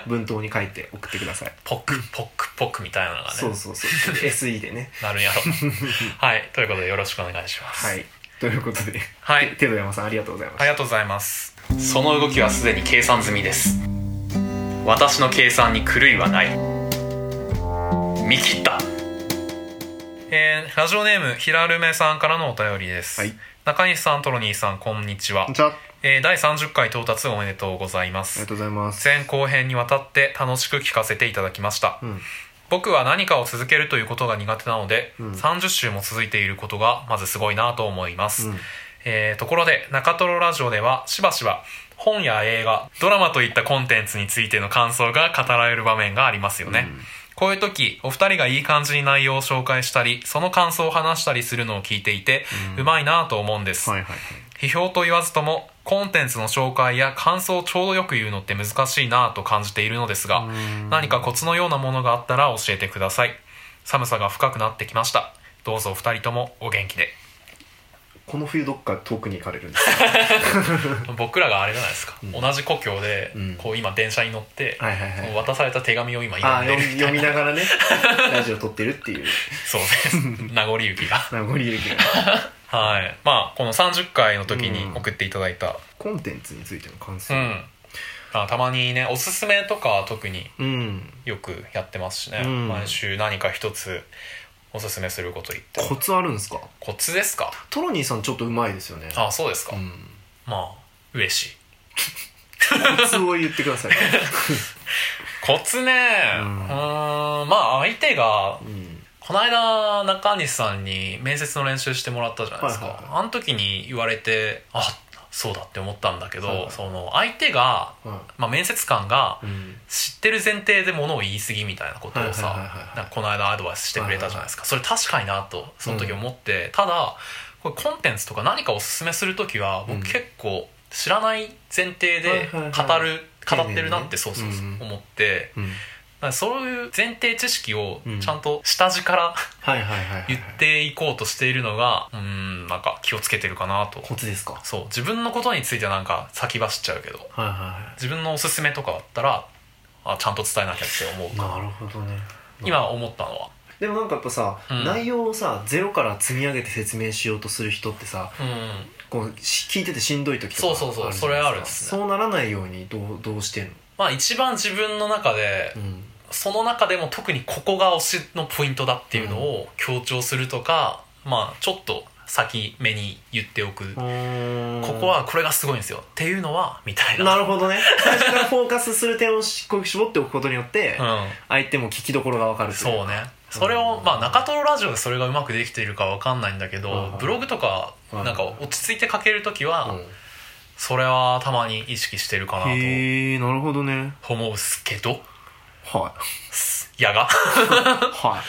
Speaker 2: 文頭に書いて送ってください
Speaker 1: ポックポックポックみたいなのが
Speaker 2: そう
Speaker 1: ね
Speaker 2: そうそう SE でね
Speaker 1: なるん やろはいということでよろしくお願いします
Speaker 2: はいということで、
Speaker 1: はい
Speaker 2: 手戸山さんありがとうございました
Speaker 1: ありがとうございますその動きはすでに計算済みです私の計算に狂いはない見切ったえー、ラジオネームひらるめさんからのお便りです、
Speaker 2: はい
Speaker 1: 中西さんトロニーさんこんにちは
Speaker 2: じゃああ
Speaker 1: えー第30回到達おめでとうございま
Speaker 2: りが
Speaker 1: す
Speaker 2: とうございます
Speaker 1: 前後編にわたって楽しく聞かせていただきました
Speaker 2: うん
Speaker 1: 僕は何かを続けるということが苦手なので、
Speaker 2: うん
Speaker 1: 30週も続いていることがまずすごいなと思います、
Speaker 2: うん
Speaker 1: えーところで中トロラジオではしばしば本や映画ドラマといったコンテンツについての感想が語られる場面がありますよね、こういう時お二人がいい感じに内容を紹介したりその感想を話したりするのを聞いていて、うまいなと思うんです、
Speaker 2: はいはいはい
Speaker 1: 批評と言わずともコンテンツの紹介や感想をちょうどよく言うのって難しいなぁと感じているのですが
Speaker 2: ん
Speaker 1: 何かコツのようなものがあったら教えてください寒さが深くなってきましたどうぞお二人ともお元気で
Speaker 2: この冬どっか遠くに行かれるんですか
Speaker 1: 僕らがあれじゃないですか、
Speaker 2: ん
Speaker 1: 同じ故郷で、
Speaker 2: うん
Speaker 1: こう今電車に乗って、
Speaker 2: はいはいはい
Speaker 1: その渡された手紙を今
Speaker 2: あ
Speaker 1: 読
Speaker 2: ー
Speaker 1: んで
Speaker 2: 読
Speaker 1: る
Speaker 2: み読みながらねラジオ撮ってるっていう
Speaker 1: そう です名残雪が
Speaker 2: 名残雪が
Speaker 1: はいまあこの30回の時に送っていただいた
Speaker 2: コンテンツについての感想
Speaker 1: うん、あたまにねおすすめとかは特に
Speaker 2: うん
Speaker 1: よくやってますしね、
Speaker 2: うん
Speaker 1: 毎週何か一つおすすめすること言って
Speaker 2: コツあるんですか
Speaker 1: コツですか
Speaker 2: トロニーさんちょっとうまいですよね
Speaker 1: あそうですか、
Speaker 2: うん
Speaker 1: まあ嬉しい
Speaker 2: コツを言ってく ださい
Speaker 1: コツねうー
Speaker 2: うん
Speaker 1: んまあ相手が
Speaker 2: うん
Speaker 1: この間中西さんに面接の練習してもらったじゃないですか、
Speaker 2: はいはい
Speaker 1: あの時に言われてあそうだって思ったんだけど、
Speaker 2: はいはい
Speaker 1: その相手が、
Speaker 2: は
Speaker 1: まあ、面接官が
Speaker 2: いうん
Speaker 1: 知ってる前提で物を言い過ぎみたいなことを
Speaker 2: はいはいはいはい
Speaker 1: さ
Speaker 2: はい
Speaker 1: なんかこの間アドバイスしてくれたじゃないですかそれ確かになとその時思って、ただこれコンテンツとか何かおすすめする時は
Speaker 2: うん
Speaker 1: 僕結構知らない前提
Speaker 2: はい
Speaker 1: で
Speaker 2: はい
Speaker 1: 語
Speaker 2: はい
Speaker 1: る、
Speaker 2: 丁
Speaker 1: 語
Speaker 2: 寧にね
Speaker 1: ってるなってそうそうそう
Speaker 2: うん
Speaker 1: 思って、
Speaker 2: うん
Speaker 1: からそういう前提知識を
Speaker 2: うん
Speaker 1: ちゃんと下地から、
Speaker 2: はいはいはい、はい、
Speaker 1: 言っていこうとしているのがうーんなんか気をつけてるかなと
Speaker 2: コツですか
Speaker 1: そう自分のことについてはなんか先走っちゃうけど
Speaker 2: はいは
Speaker 1: 自分のおすすめとかあったらあちゃんと伝えなきゃって思う
Speaker 2: いはいなるほどね
Speaker 1: 今思ったのは
Speaker 2: でもなんかやっぱさ、
Speaker 1: うん
Speaker 2: 内容をさゼロから積み上げて説明しようとする人ってさ
Speaker 1: うん
Speaker 2: こうし聞いててしんどい時とか
Speaker 1: そうそうそう
Speaker 2: るじゃない
Speaker 1: それあるっ
Speaker 2: です
Speaker 1: す
Speaker 2: か
Speaker 1: ね
Speaker 2: そうならないようにどうどうしてんの、
Speaker 1: まあ一番自分の中で
Speaker 2: うん、
Speaker 1: その中でも特にここが推しのポイントだっていうのを強調するとかまあちょっと先目に言っておくここはこれがすごいんですよっていうのはみたいな
Speaker 2: なるほ どね最初からフォーカスする点をしこう絞っておくことによって、
Speaker 1: うん
Speaker 2: 相手も聞きどころが分かるとい
Speaker 1: そうねそれを、まあ、中トロラジオでそれがうまくできているかわかんないんだけ
Speaker 2: うん
Speaker 1: どブログとか
Speaker 2: うん
Speaker 1: なんか落ち着いて書ける時
Speaker 2: う
Speaker 1: は
Speaker 2: ん
Speaker 1: それはたまに意識してるかな
Speaker 2: へえなるほどね
Speaker 1: と思うっすけど
Speaker 2: は
Speaker 1: やが
Speaker 2: いは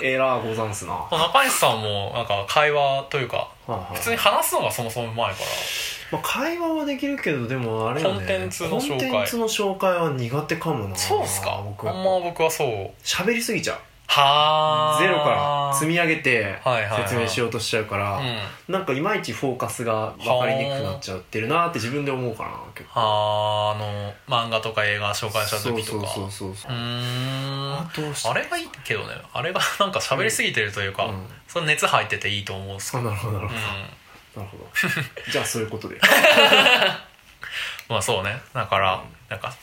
Speaker 2: いえらーござんすな、は
Speaker 1: 中西さんもなんか会話というか
Speaker 2: あはあ
Speaker 1: 普通に話すのがそもそもうまいか
Speaker 2: まあ、会話はできるけどでもあれよね
Speaker 1: コンテンツの紹介
Speaker 2: コンテンツの紹介は苦手かもな
Speaker 1: らそうっすかほん
Speaker 2: 僕
Speaker 1: ま
Speaker 2: は
Speaker 1: 僕はそう
Speaker 2: 喋りすぎちゃう
Speaker 1: はあ
Speaker 2: ゼロから積み上げて
Speaker 1: はいはいはい
Speaker 2: 説明しようとしちゃうから、
Speaker 1: うん
Speaker 2: なんかいまいちフォーカスが分かりにくくなっちゃってるなって自分で思うかな結構
Speaker 1: あーあの漫画とか映画紹介した時とか
Speaker 2: そうそうそうそう
Speaker 1: うーん
Speaker 2: あとし
Speaker 1: あれがいいけどねあれが なんか喋りすぎてるというか、
Speaker 2: うん
Speaker 1: その熱入ってていいと思うんですけ
Speaker 2: あ
Speaker 1: ど、
Speaker 2: なるほどなるほ
Speaker 1: うん
Speaker 2: ど、なるほどじゃあそういう ことで
Speaker 1: まあそうねだからなんか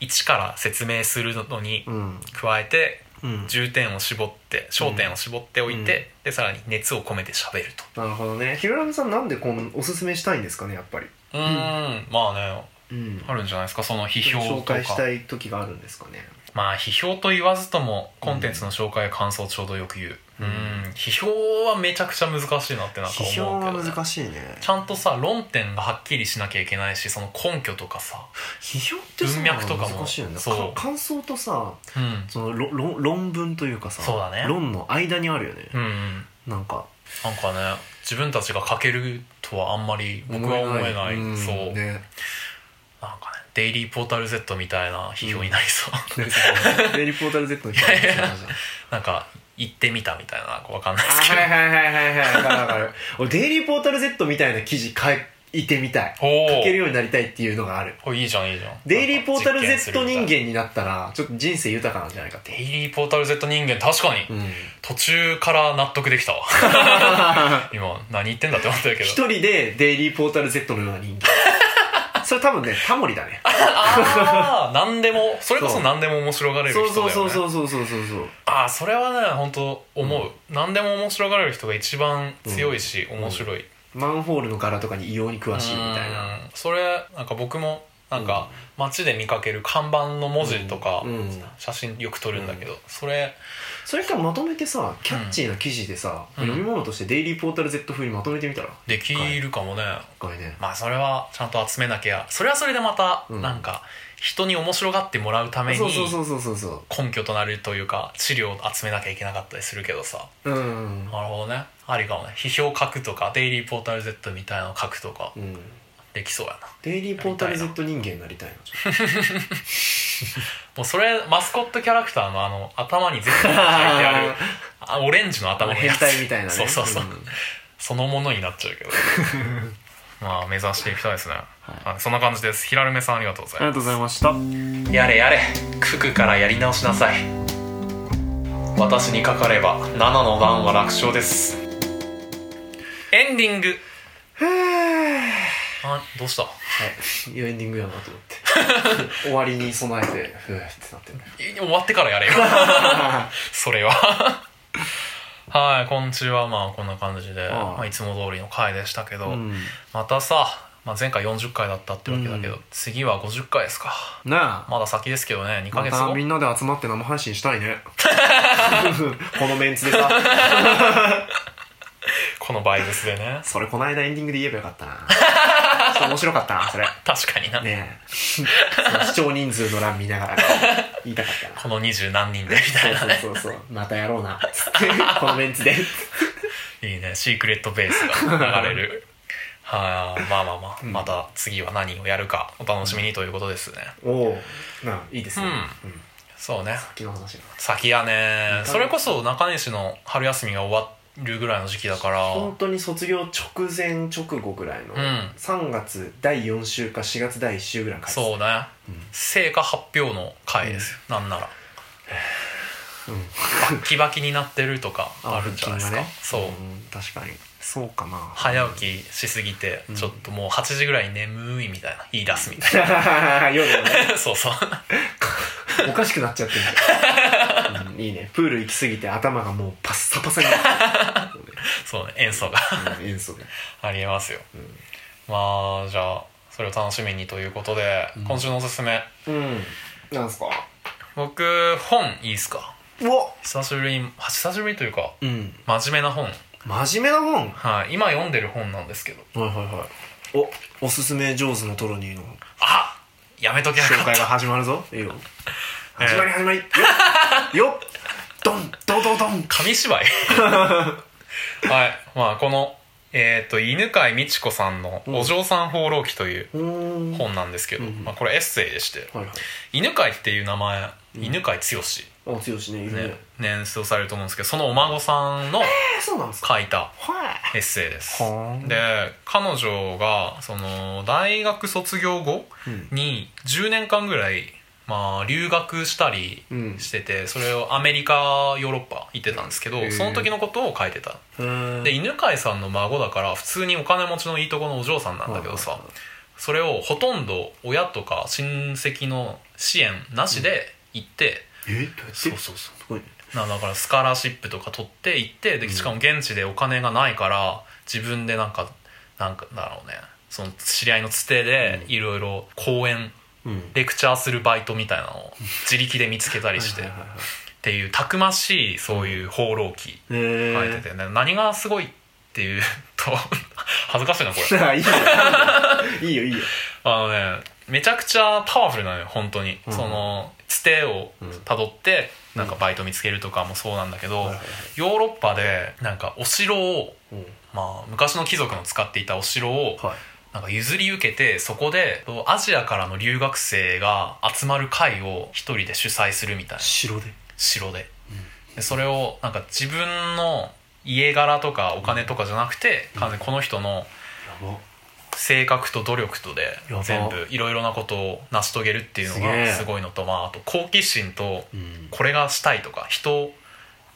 Speaker 1: 一から説明するのに
Speaker 2: うん
Speaker 1: 加えて
Speaker 2: うん
Speaker 1: 重点を絞って焦点を絞っておいて、
Speaker 2: うん
Speaker 1: でさらに熱を込めて喋ると
Speaker 2: なるほどねひろラブさんなんでこのおすすめしたいんですかねやっぱり
Speaker 1: うーんまあね
Speaker 2: うん
Speaker 1: あるんじゃないですかその批評
Speaker 2: 紹
Speaker 1: とか
Speaker 2: 介したい時があるんですかね
Speaker 1: まあ批評と言わずともコンテンツの紹介感想をちょうどよく言う
Speaker 2: う
Speaker 1: うんん批評はめちゃくちゃ難しいなってなんか
Speaker 2: 批
Speaker 1: 思うけ
Speaker 2: 評
Speaker 1: ど、ね、
Speaker 2: は難しいね
Speaker 1: ちゃんとさ論点がはっきりしなきゃいけないしその根拠とかさ、
Speaker 2: 批評ってさ
Speaker 1: 文脈とかも
Speaker 2: 難しいよね
Speaker 1: そう
Speaker 2: か感想とさ
Speaker 1: うん、
Speaker 2: そのろ論論文というかさ
Speaker 1: そうだね
Speaker 2: 論の間にあるよね、
Speaker 1: うんうん
Speaker 2: なんか
Speaker 1: なんかね自分たちが書けるとはあんまり僕は思えない
Speaker 2: ん
Speaker 1: そう、
Speaker 2: ね
Speaker 1: なんかねデイリーポータル Z みたいな批評になり そう、
Speaker 2: でリポータル Z の 人たちの話だ
Speaker 1: なんか行ってみたみたいななんかわかんない
Speaker 2: あ
Speaker 1: ですけ
Speaker 2: は
Speaker 1: ど
Speaker 2: いはいはいはいはいわかるわかる俺デイリーポータル Z みたいな記事書いてみたい
Speaker 1: お
Speaker 2: 書
Speaker 1: ー
Speaker 2: けるようになりたいっていうのがある
Speaker 1: おいいじゃんいいじゃん
Speaker 2: デイリーポータル Z 人
Speaker 1: なんか実験するみたい
Speaker 2: 間になったらちょっと人生豊かなんじゃないかって
Speaker 1: デイリーポータル Z 人間確かに、
Speaker 2: うん
Speaker 1: 途中から納得できた わ今何言ってんだって思ったけど
Speaker 2: 一人でデイリーポータル Z のような人間それ多分ねタモリだね
Speaker 1: ああ何でもそれこそ何でも面白がれる人だ
Speaker 2: そ
Speaker 1: よ
Speaker 2: う
Speaker 1: ね
Speaker 2: そうそうそうそうそうそうそう
Speaker 1: ああそれはね本当思う、何でも面白がれる人が一番強いし、面白い
Speaker 2: マンホールの柄とかに異様に詳しいみたいな
Speaker 1: うんそれなんか僕もなんか街で見かける看板の文字とか、
Speaker 2: うんうん
Speaker 1: 写真よく撮るんだけど、それ
Speaker 2: それからまとめてさキャッチーな記事でさ、
Speaker 1: うん
Speaker 2: 読み物としてデイリーポータル Z 風にまとめてみたら
Speaker 1: できるかもね、
Speaker 2: 一回ね
Speaker 1: まあそれはちゃんと集めなきゃそれはそれでまた
Speaker 2: うん
Speaker 1: なんか人に面白がってもらうために
Speaker 2: そうそうそうそうそうそ
Speaker 1: 根拠となるというか資料を集めなきゃいけなかったりするけどさ
Speaker 2: ううん
Speaker 1: なるほどねありかもね批評書くとかデイリーポータル Z みたいなの書くとか
Speaker 2: うん
Speaker 1: できそうやな
Speaker 2: デイリーポータル Z 人間になりたいの
Speaker 1: もうそれマスコットキャラクターのあの頭に全部書いてあ るあオレンジの頭の
Speaker 2: 変
Speaker 1: やつ
Speaker 2: 態みたいなね
Speaker 1: そうそうそう、
Speaker 2: ん
Speaker 1: そのものになっちゃう けどまあ目指していきたいですね、
Speaker 2: は
Speaker 1: あそんな感じです平目さんありがとうございま
Speaker 2: ありがとうございました
Speaker 1: すやれやれ九九からやり直しなさい私にかかれば7の段は楽勝ですエンディングあどうした
Speaker 2: はいいいエンディングやなと思って 終わりに備えてふーってなってる
Speaker 1: い終わってから やれよそれははい今週はまあこんな感じで
Speaker 2: ああ
Speaker 1: まあ、いつも通りの回でしたけど、
Speaker 2: うん
Speaker 1: またさ、まあ、前回40回だったってわけだけど、
Speaker 2: うん
Speaker 1: 次は50回ですか
Speaker 2: なあ
Speaker 1: まだ先ですけどね2ヶ
Speaker 2: ま
Speaker 1: 月
Speaker 2: た
Speaker 1: 後、
Speaker 2: みんなで集まって生配信した いねこのメンツでさ
Speaker 1: この倍率でね
Speaker 2: それこないだエンディングで言えばよかったなちょっと面白かったなそれ
Speaker 1: 確かにな、
Speaker 2: ねえその視聴人数の欄見ながらね言いたかったな
Speaker 1: この20何人でみたい なね
Speaker 2: そうそうそうそうまたやろうなつってこのメンツで
Speaker 1: いいねシークレットベースが流れ るはい、まあまあまあ、また次は何をやるかお楽しみにということですね
Speaker 2: おおなあいいですね、
Speaker 1: うんそうね
Speaker 2: 先の話が
Speaker 1: 先やね
Speaker 2: うん
Speaker 1: それこそ中西の春休みが終わるぐらいの時期だから
Speaker 2: 本当に卒業直前直後ぐらいの、
Speaker 1: うん
Speaker 2: 3月第4週か4月第1週ぐらいの回です
Speaker 1: そうね、
Speaker 2: うん
Speaker 1: 成果発表の回ですよ、なんなら
Speaker 2: うん
Speaker 1: バキバキになってるとかあるんじゃないですか、
Speaker 2: 腹筋
Speaker 1: そう
Speaker 2: がねん確かにそうかな
Speaker 1: 早起きしすぎて
Speaker 2: うん
Speaker 1: ちょっともう8時ぐらいに眠いみたいな言い出すみたい
Speaker 2: 夜ね
Speaker 1: なそうそう
Speaker 2: おかしくなっちゃってる、うんいいねプール行き過ぎて頭がもうパッサパサになって
Speaker 1: そうね演奏が
Speaker 2: る、うん、塩素で
Speaker 1: ありえますよ、
Speaker 2: ん
Speaker 1: まあじゃあそれを楽しみにということで、
Speaker 2: うん
Speaker 1: 今週のおすすめ
Speaker 2: うんなんすか
Speaker 1: 僕本いいっすか
Speaker 2: うわ
Speaker 1: 久しぶりに久しぶりというか
Speaker 2: うん
Speaker 1: 真面目な本
Speaker 2: 真面目な本はい
Speaker 1: はい、今読んでる本なんですけど
Speaker 2: はいはいおおすすめ上手のトロニーの
Speaker 1: あやめときゃよ
Speaker 2: 紹
Speaker 1: かっ
Speaker 2: 介
Speaker 1: た
Speaker 2: が始まるぞいいよ
Speaker 1: えー
Speaker 2: 始まり始まりよっよっドンドドドン
Speaker 1: 紙 芝居はいまあこのえっ、と犬飼美智子さんの「お嬢さん放浪記」という
Speaker 2: うーん
Speaker 1: 本なんですけど、
Speaker 2: うん
Speaker 1: まあ、これエッセイでして
Speaker 2: はいはい
Speaker 1: 犬飼っていう名前
Speaker 2: うん
Speaker 1: 犬飼剛
Speaker 2: あ剛ねいるね
Speaker 1: ね年数されると思うんですけどそのお孫さんの
Speaker 2: えーそうなんですか
Speaker 1: 書いた
Speaker 2: はい
Speaker 1: エッセイです
Speaker 2: はあ
Speaker 1: で彼女がその大学卒業後
Speaker 2: うん
Speaker 1: に10年間ぐらい、まあ、留学したり
Speaker 2: うん
Speaker 1: しててそれをアメリカヨーロッパ行ってたんですけ
Speaker 2: へ
Speaker 1: ど
Speaker 2: え
Speaker 1: その時のことを書いてたで
Speaker 2: で
Speaker 1: 犬飼さんの孫だから普通にお金持ちのいいとこのお嬢さんなんだけどさそれをほとんど親とか親戚の支援なしで行って、
Speaker 2: えどうやって
Speaker 1: そう
Speaker 2: す
Speaker 1: そうそ
Speaker 2: ごいね
Speaker 1: うなだからスカラシップとか取って行ってでしかも現地でお金がないから自分でなんかなんかだろうねその知り合いのつてでいろいろ講演
Speaker 2: うん
Speaker 1: レクチャーするバイトみたいなのを自力で見つけたりしてっ
Speaker 2: はいはいはいはい
Speaker 1: ていうたくましいそういう放浪記
Speaker 2: え
Speaker 1: 書いててね何がすごいっていうと 恥ずかしいなこれ
Speaker 2: ー いいよいいよいいよ
Speaker 1: あのねめちゃくちゃパワフルなのよ本当に、
Speaker 2: うん
Speaker 1: そのつてを
Speaker 2: うん
Speaker 1: たどって、
Speaker 2: うん
Speaker 1: なんかバイト見つけるとかもそうなんだけど、
Speaker 2: はいはいはい
Speaker 1: ヨーロッパでなんかお城を、
Speaker 2: うん
Speaker 1: まあ、昔の貴族の使っていたお城を
Speaker 2: はい
Speaker 1: なんか譲り受けてそこでとアジアからの留学生が集まる会を一人で主催するみたいな
Speaker 2: 白で
Speaker 1: 城で,、でそれをなんか自分の家柄とかお金とかじゃなくて、完全にこの人の
Speaker 2: やば
Speaker 1: 性格と努力とで
Speaker 2: やば
Speaker 1: 全部いろいろなことを成し遂げるっていうの
Speaker 2: すげえ
Speaker 1: がすごいのと、まあ、あと好奇心と
Speaker 2: うん
Speaker 1: これがしたいとか人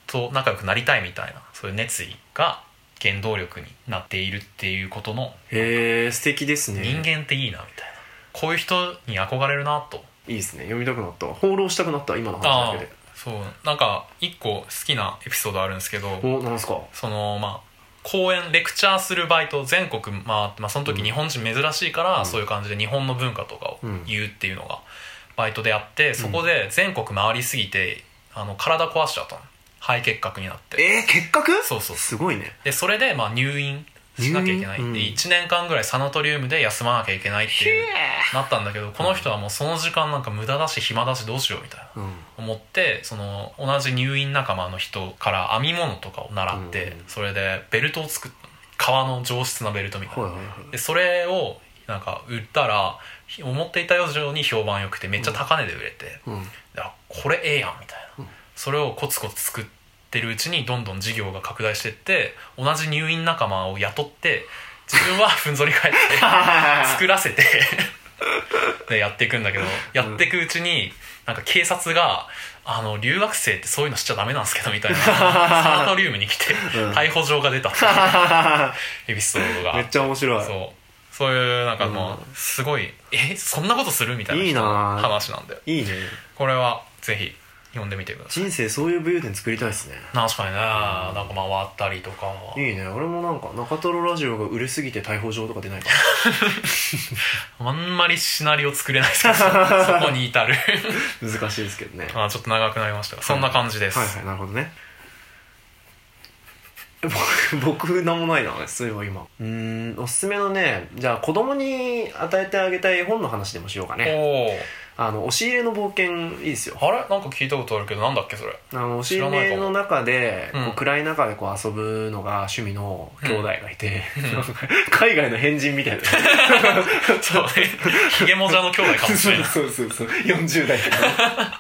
Speaker 1: と仲良くなりたいみたいなそういう熱意が原動力になっているっていうことの
Speaker 2: へえー、素敵ですね
Speaker 1: 人間っていいなみたいなこういう人に憧れるなと
Speaker 2: いいですね読みたくなった放浪したくなった今の話
Speaker 1: あ
Speaker 2: だ
Speaker 1: あ
Speaker 2: けで
Speaker 1: そうなんか一個好きなエピソードあるんですけど
Speaker 2: おなんすか
Speaker 1: そのまあ講演レクチャーするバイト全国回って、まあ、その時日本人珍しいから、
Speaker 2: うん
Speaker 1: そういう感じで日本の文化とかを
Speaker 2: うん
Speaker 1: 言うっていうのがバイトであってそこで全国回りすぎてあの体壊しちゃったの肺結核になって
Speaker 2: えー、結核
Speaker 1: そうそう
Speaker 2: すごいね
Speaker 1: でそれでまあ入院しなきゃいけない
Speaker 2: 入院うん
Speaker 1: で1年間ぐらいサナトリウムで休まなきゃいけないっていうなったんだけどこの人はもうその時間なんか無駄だし暇だしどうしようみたいな
Speaker 2: うん
Speaker 1: 思ってその同じ入院仲間の人から編み物とかを習って、
Speaker 2: うん
Speaker 1: それでベルトを作った革の上質なベルトみたい
Speaker 2: はい
Speaker 1: な、
Speaker 2: はいはい
Speaker 1: でそれをなんか売ったらひ思っていた以上に評判良くてめっちゃ高値で売れて、
Speaker 2: うん
Speaker 1: であこれええやんみたいな、
Speaker 2: うん
Speaker 1: それをコツコツ作ってるうちにどんどん事業が拡大してって同じ入院仲間を雇って自分は ふんぞり返って作らせてでやっていくんだけどやっていくうちになんか警察が「あの留学生ってそういうのしちゃダメなんですけど」みた いなサナトリウムに来て
Speaker 2: うん
Speaker 1: 逮捕状が出たっていうエ ピソードが
Speaker 2: めっちゃ面白い
Speaker 1: そうそういうなんかも
Speaker 2: う
Speaker 1: うすごい「えそんなことする?」みたいない
Speaker 2: いな
Speaker 1: 話なんで
Speaker 2: いいね
Speaker 1: これはぜひ読んでみてください
Speaker 2: 人生そういう武勇伝作りたいですね
Speaker 1: 確かにねなんか回ったりとか
Speaker 2: いいね俺もなんか中トロラジオが売れすぎて逮捕状とか出ないか
Speaker 1: あんまりシナリオ作れないですけ どそこに至る
Speaker 2: ら 難しいですけどね
Speaker 1: あちょっと長くなりましたがそんな感じです、
Speaker 2: はいはいなるほどね僕 僕なんもないなそういえば今うーんおすすめのねじゃあ子供に与えてあげたい本の話でもしようかね
Speaker 1: おお
Speaker 2: あの押し入れの冒険いいですよ
Speaker 1: あれなんか聞いたことあるけどなんだっけそ れ
Speaker 2: あの押し
Speaker 1: 知ら
Speaker 2: 入
Speaker 1: ないか
Speaker 2: れ
Speaker 1: も
Speaker 2: の中で、
Speaker 1: うん
Speaker 2: こう暗い中でこう遊ぶのが趣味の兄弟がいて、 海外の変人みたいな
Speaker 1: そうねひげもじゃの兄弟かもし
Speaker 2: そ
Speaker 1: れ
Speaker 2: う
Speaker 1: ない
Speaker 2: そうそうそう40代とか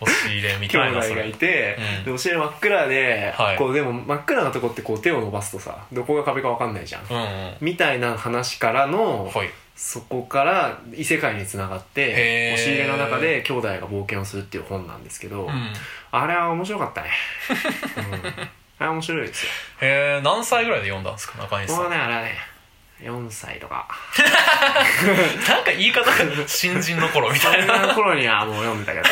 Speaker 1: 押し入れみ
Speaker 2: 兄
Speaker 1: たいなそ
Speaker 2: 弟が
Speaker 1: れ
Speaker 2: いて、
Speaker 1: うん
Speaker 2: で教え真っ暗で、
Speaker 1: はい
Speaker 2: こうでも真っ暗なとこってこう手を伸ばすとさどこが壁か分かんないじゃん、
Speaker 1: うんうん
Speaker 2: みたいな話からの、
Speaker 1: はい
Speaker 2: そこから異世界につながっ
Speaker 1: へー
Speaker 2: て押し入れの中で兄弟が冒険をするっていう本なんですけど、
Speaker 1: うん
Speaker 2: あれは面白か ったね、うん、あれ面白いですよ
Speaker 1: へえ何歳ぐらいで読んだんですか中西さん
Speaker 2: 僕はねあれはね4歳とか
Speaker 1: なんか言い方が新人の頃み
Speaker 2: そ
Speaker 1: た い
Speaker 2: ん
Speaker 1: な
Speaker 2: な頃にはもう読んでた けど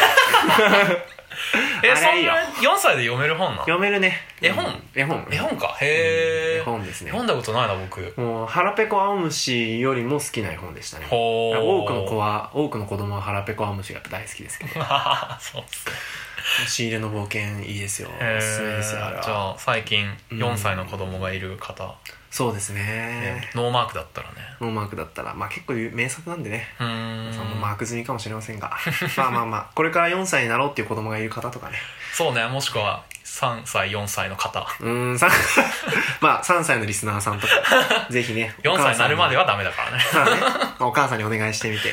Speaker 1: えそ
Speaker 2: あれい
Speaker 1: ん
Speaker 2: いよ
Speaker 1: な4歳で読める本なの
Speaker 2: 読めるね
Speaker 1: 絵本
Speaker 2: うん絵本
Speaker 1: 絵本かへえ
Speaker 2: 絵本ですね
Speaker 1: 読んだことないな僕
Speaker 2: もう腹ペコアオムシよりも好きな絵本でしたね
Speaker 1: ほー
Speaker 2: 多くの子は多くの子供は腹ペコアオムシがやっぱ大好きですけど
Speaker 1: そうっすね
Speaker 2: 仕入れの冒険いいですよ
Speaker 1: へ
Speaker 2: おすすめ
Speaker 1: え
Speaker 2: です
Speaker 1: じ
Speaker 2: よあれは
Speaker 1: ゃあ最近
Speaker 2: うん
Speaker 1: 4歳の子供がいる方
Speaker 2: そうです
Speaker 1: ね
Speaker 2: ね
Speaker 1: ノーマークだったらね
Speaker 2: ノーマークだったらまあ結構有名作なんでね
Speaker 1: うーん
Speaker 2: そのマーク済みかもしれません がまあまあまあこれから4歳になろうっていう子供がいる方とかね
Speaker 1: そうねもしくは3歳4歳の方
Speaker 2: うーんさん まあ3歳のリスナーさん とかぜひね
Speaker 1: 4歳になるまで
Speaker 2: は
Speaker 1: はダメだからね
Speaker 2: お母さんにお願いしてみて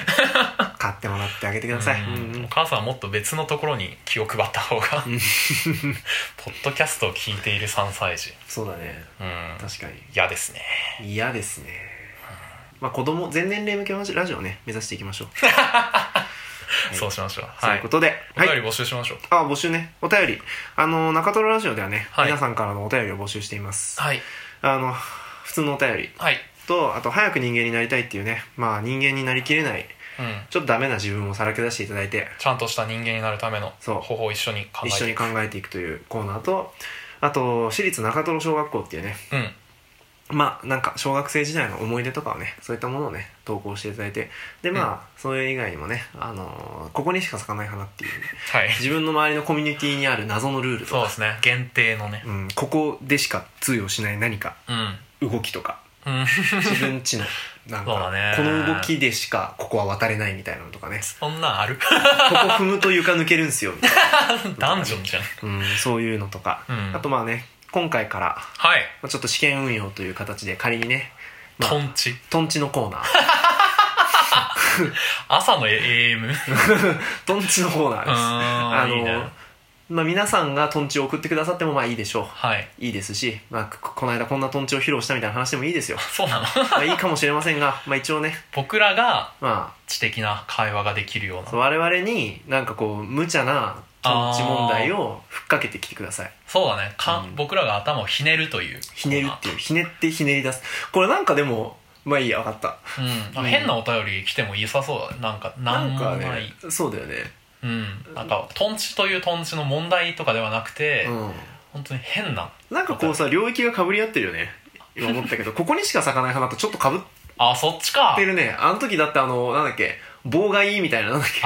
Speaker 2: 買ってもらってあげてください、うんう
Speaker 1: うん
Speaker 2: ん
Speaker 1: お母さんはもっと別のところに気を配った方が ポッドキャストを聞いている3歳児
Speaker 2: そうだね
Speaker 1: うん
Speaker 2: 確かに
Speaker 1: 嫌ですね
Speaker 2: 嫌ですねまあ子供全年齢向けのラジオをね目指していきましょう、い
Speaker 1: そうしましょう
Speaker 2: と
Speaker 1: は
Speaker 2: いう
Speaker 1: い
Speaker 2: ことで
Speaker 1: お
Speaker 2: はい
Speaker 1: 便り募集しましょう
Speaker 2: あ募集ねお便りあの中トロラジオではね、
Speaker 1: はい
Speaker 2: 皆さんからのお便りを募集しています
Speaker 1: はい
Speaker 2: あの普通のお便り
Speaker 1: はい
Speaker 2: とあと早く人間になりたいっていうねまあ人間になりきれない
Speaker 1: うん
Speaker 2: ちょっとダメな自分をさらけ出していただいて
Speaker 1: ちゃんとした人間になるための
Speaker 2: そう
Speaker 1: 方法を一緒に考え
Speaker 2: 一
Speaker 1: て
Speaker 2: 緒に考えていくというコーナーとあと私立中トロ小学校っていうね
Speaker 1: うん
Speaker 2: まあなんか小学生時代の思い出とかをねそういったものをね投稿していただいてでまあ、それ以外にもねあのーここにしか咲かない花っていう
Speaker 1: はい
Speaker 2: 自分の周りのコミュニティにある謎のルールと
Speaker 1: そう
Speaker 2: か
Speaker 1: ですね限定のね
Speaker 2: うん、ここでしか通用しない何か
Speaker 1: うん
Speaker 2: 動きとか
Speaker 1: うん
Speaker 2: 自分ちのなん
Speaker 1: そうだ
Speaker 2: か、
Speaker 1: ね
Speaker 2: この動きでしかここは渡れないみたいなのとかね
Speaker 1: そんなんあ る
Speaker 2: ここ踏むと床抜けるんすよみたい
Speaker 1: ダンジョンじゃん
Speaker 2: な、うん、そういうのとか、
Speaker 1: うん
Speaker 2: あとまあね今回から
Speaker 1: はい
Speaker 2: まあちょっと試験運用という形で仮にね、ま
Speaker 1: ト
Speaker 2: あ、
Speaker 1: ンチ
Speaker 2: トンチの コーナー
Speaker 1: 朝の AM
Speaker 2: トンチのコーナーです
Speaker 1: あ
Speaker 2: あの
Speaker 1: いいね
Speaker 2: まあ、皆さんがトンチを送ってくださってもまあいいでしょう
Speaker 1: はい
Speaker 2: いいですし、まあ、ここの間こんなトンチを披露したみたいな話でもいいで すよ
Speaker 1: そうなの
Speaker 2: まあいいかもしれませんが、まあ、一応ね、
Speaker 1: 僕らが
Speaker 2: ま
Speaker 1: 知的な会話ができるよう
Speaker 2: あ、
Speaker 1: な
Speaker 2: そう我々になんかこう無茶なトンチ問題をふっかけてきてください
Speaker 1: そうだねか、
Speaker 2: うん
Speaker 1: 僕らが頭をひねるという
Speaker 2: ひねるっていうひねってひねり出すこれなんかでもまあいいや分かった
Speaker 1: うん、変なお便り来ても良さそうだねなんかなんも
Speaker 2: か
Speaker 1: ない
Speaker 2: そうだよね
Speaker 1: うんなんかトンチというトンチの問題とかではなくて、
Speaker 2: う
Speaker 1: 本当に変なん
Speaker 2: なんかこうさ領域がかぶり合ってるよね今思ったけどここにしか咲かない花とちょっとかぶっ
Speaker 1: あそっちか
Speaker 2: てるねあの時だってあのなんだっけ棒がいいみたいななんだっけ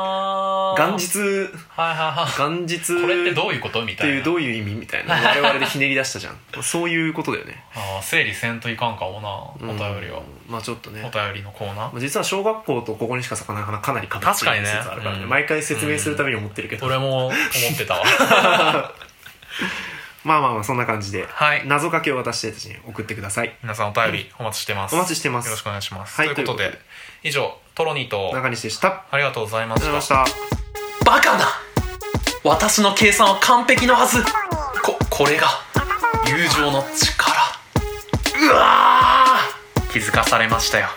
Speaker 1: ああ
Speaker 2: 元日
Speaker 1: はいはいは
Speaker 2: 元日
Speaker 1: いこれって
Speaker 2: っ
Speaker 1: どういうことみ
Speaker 2: て
Speaker 1: たい
Speaker 2: い
Speaker 1: な
Speaker 2: うどういう意味みたいな我々でひねり出したじゃんそういうことだよね
Speaker 1: あー整理せんといかんかもなお便りを、
Speaker 2: うんまあちょっとね
Speaker 1: お便りのコーナー、
Speaker 2: まあ実は小学校とここにしか咲かない花かなりかぶってる説あるから
Speaker 1: 確か
Speaker 2: ね
Speaker 1: にねうん
Speaker 2: 毎回説明するために思ってるけど、
Speaker 1: 俺も思ってたわ
Speaker 2: まあまあまあそんな感じで、
Speaker 1: はい
Speaker 2: 謎かけを私たちに送ってください
Speaker 1: 皆さんお便りお待ちしてます
Speaker 2: お待ちしてます
Speaker 1: よろしくお願いします、
Speaker 2: はい
Speaker 1: ということで
Speaker 2: というこ
Speaker 1: 以上トロニーと
Speaker 2: 中西でしたあ
Speaker 1: ありがとうございま
Speaker 2: りがとうございましたた
Speaker 1: バカな私の計算は完璧のはずここれが友情の力うわー気づかされましたよ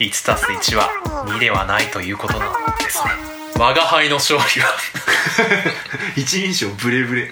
Speaker 1: 1+1 は2ではないということなんですね我が輩の勝利は
Speaker 2: 一人称ブレブレ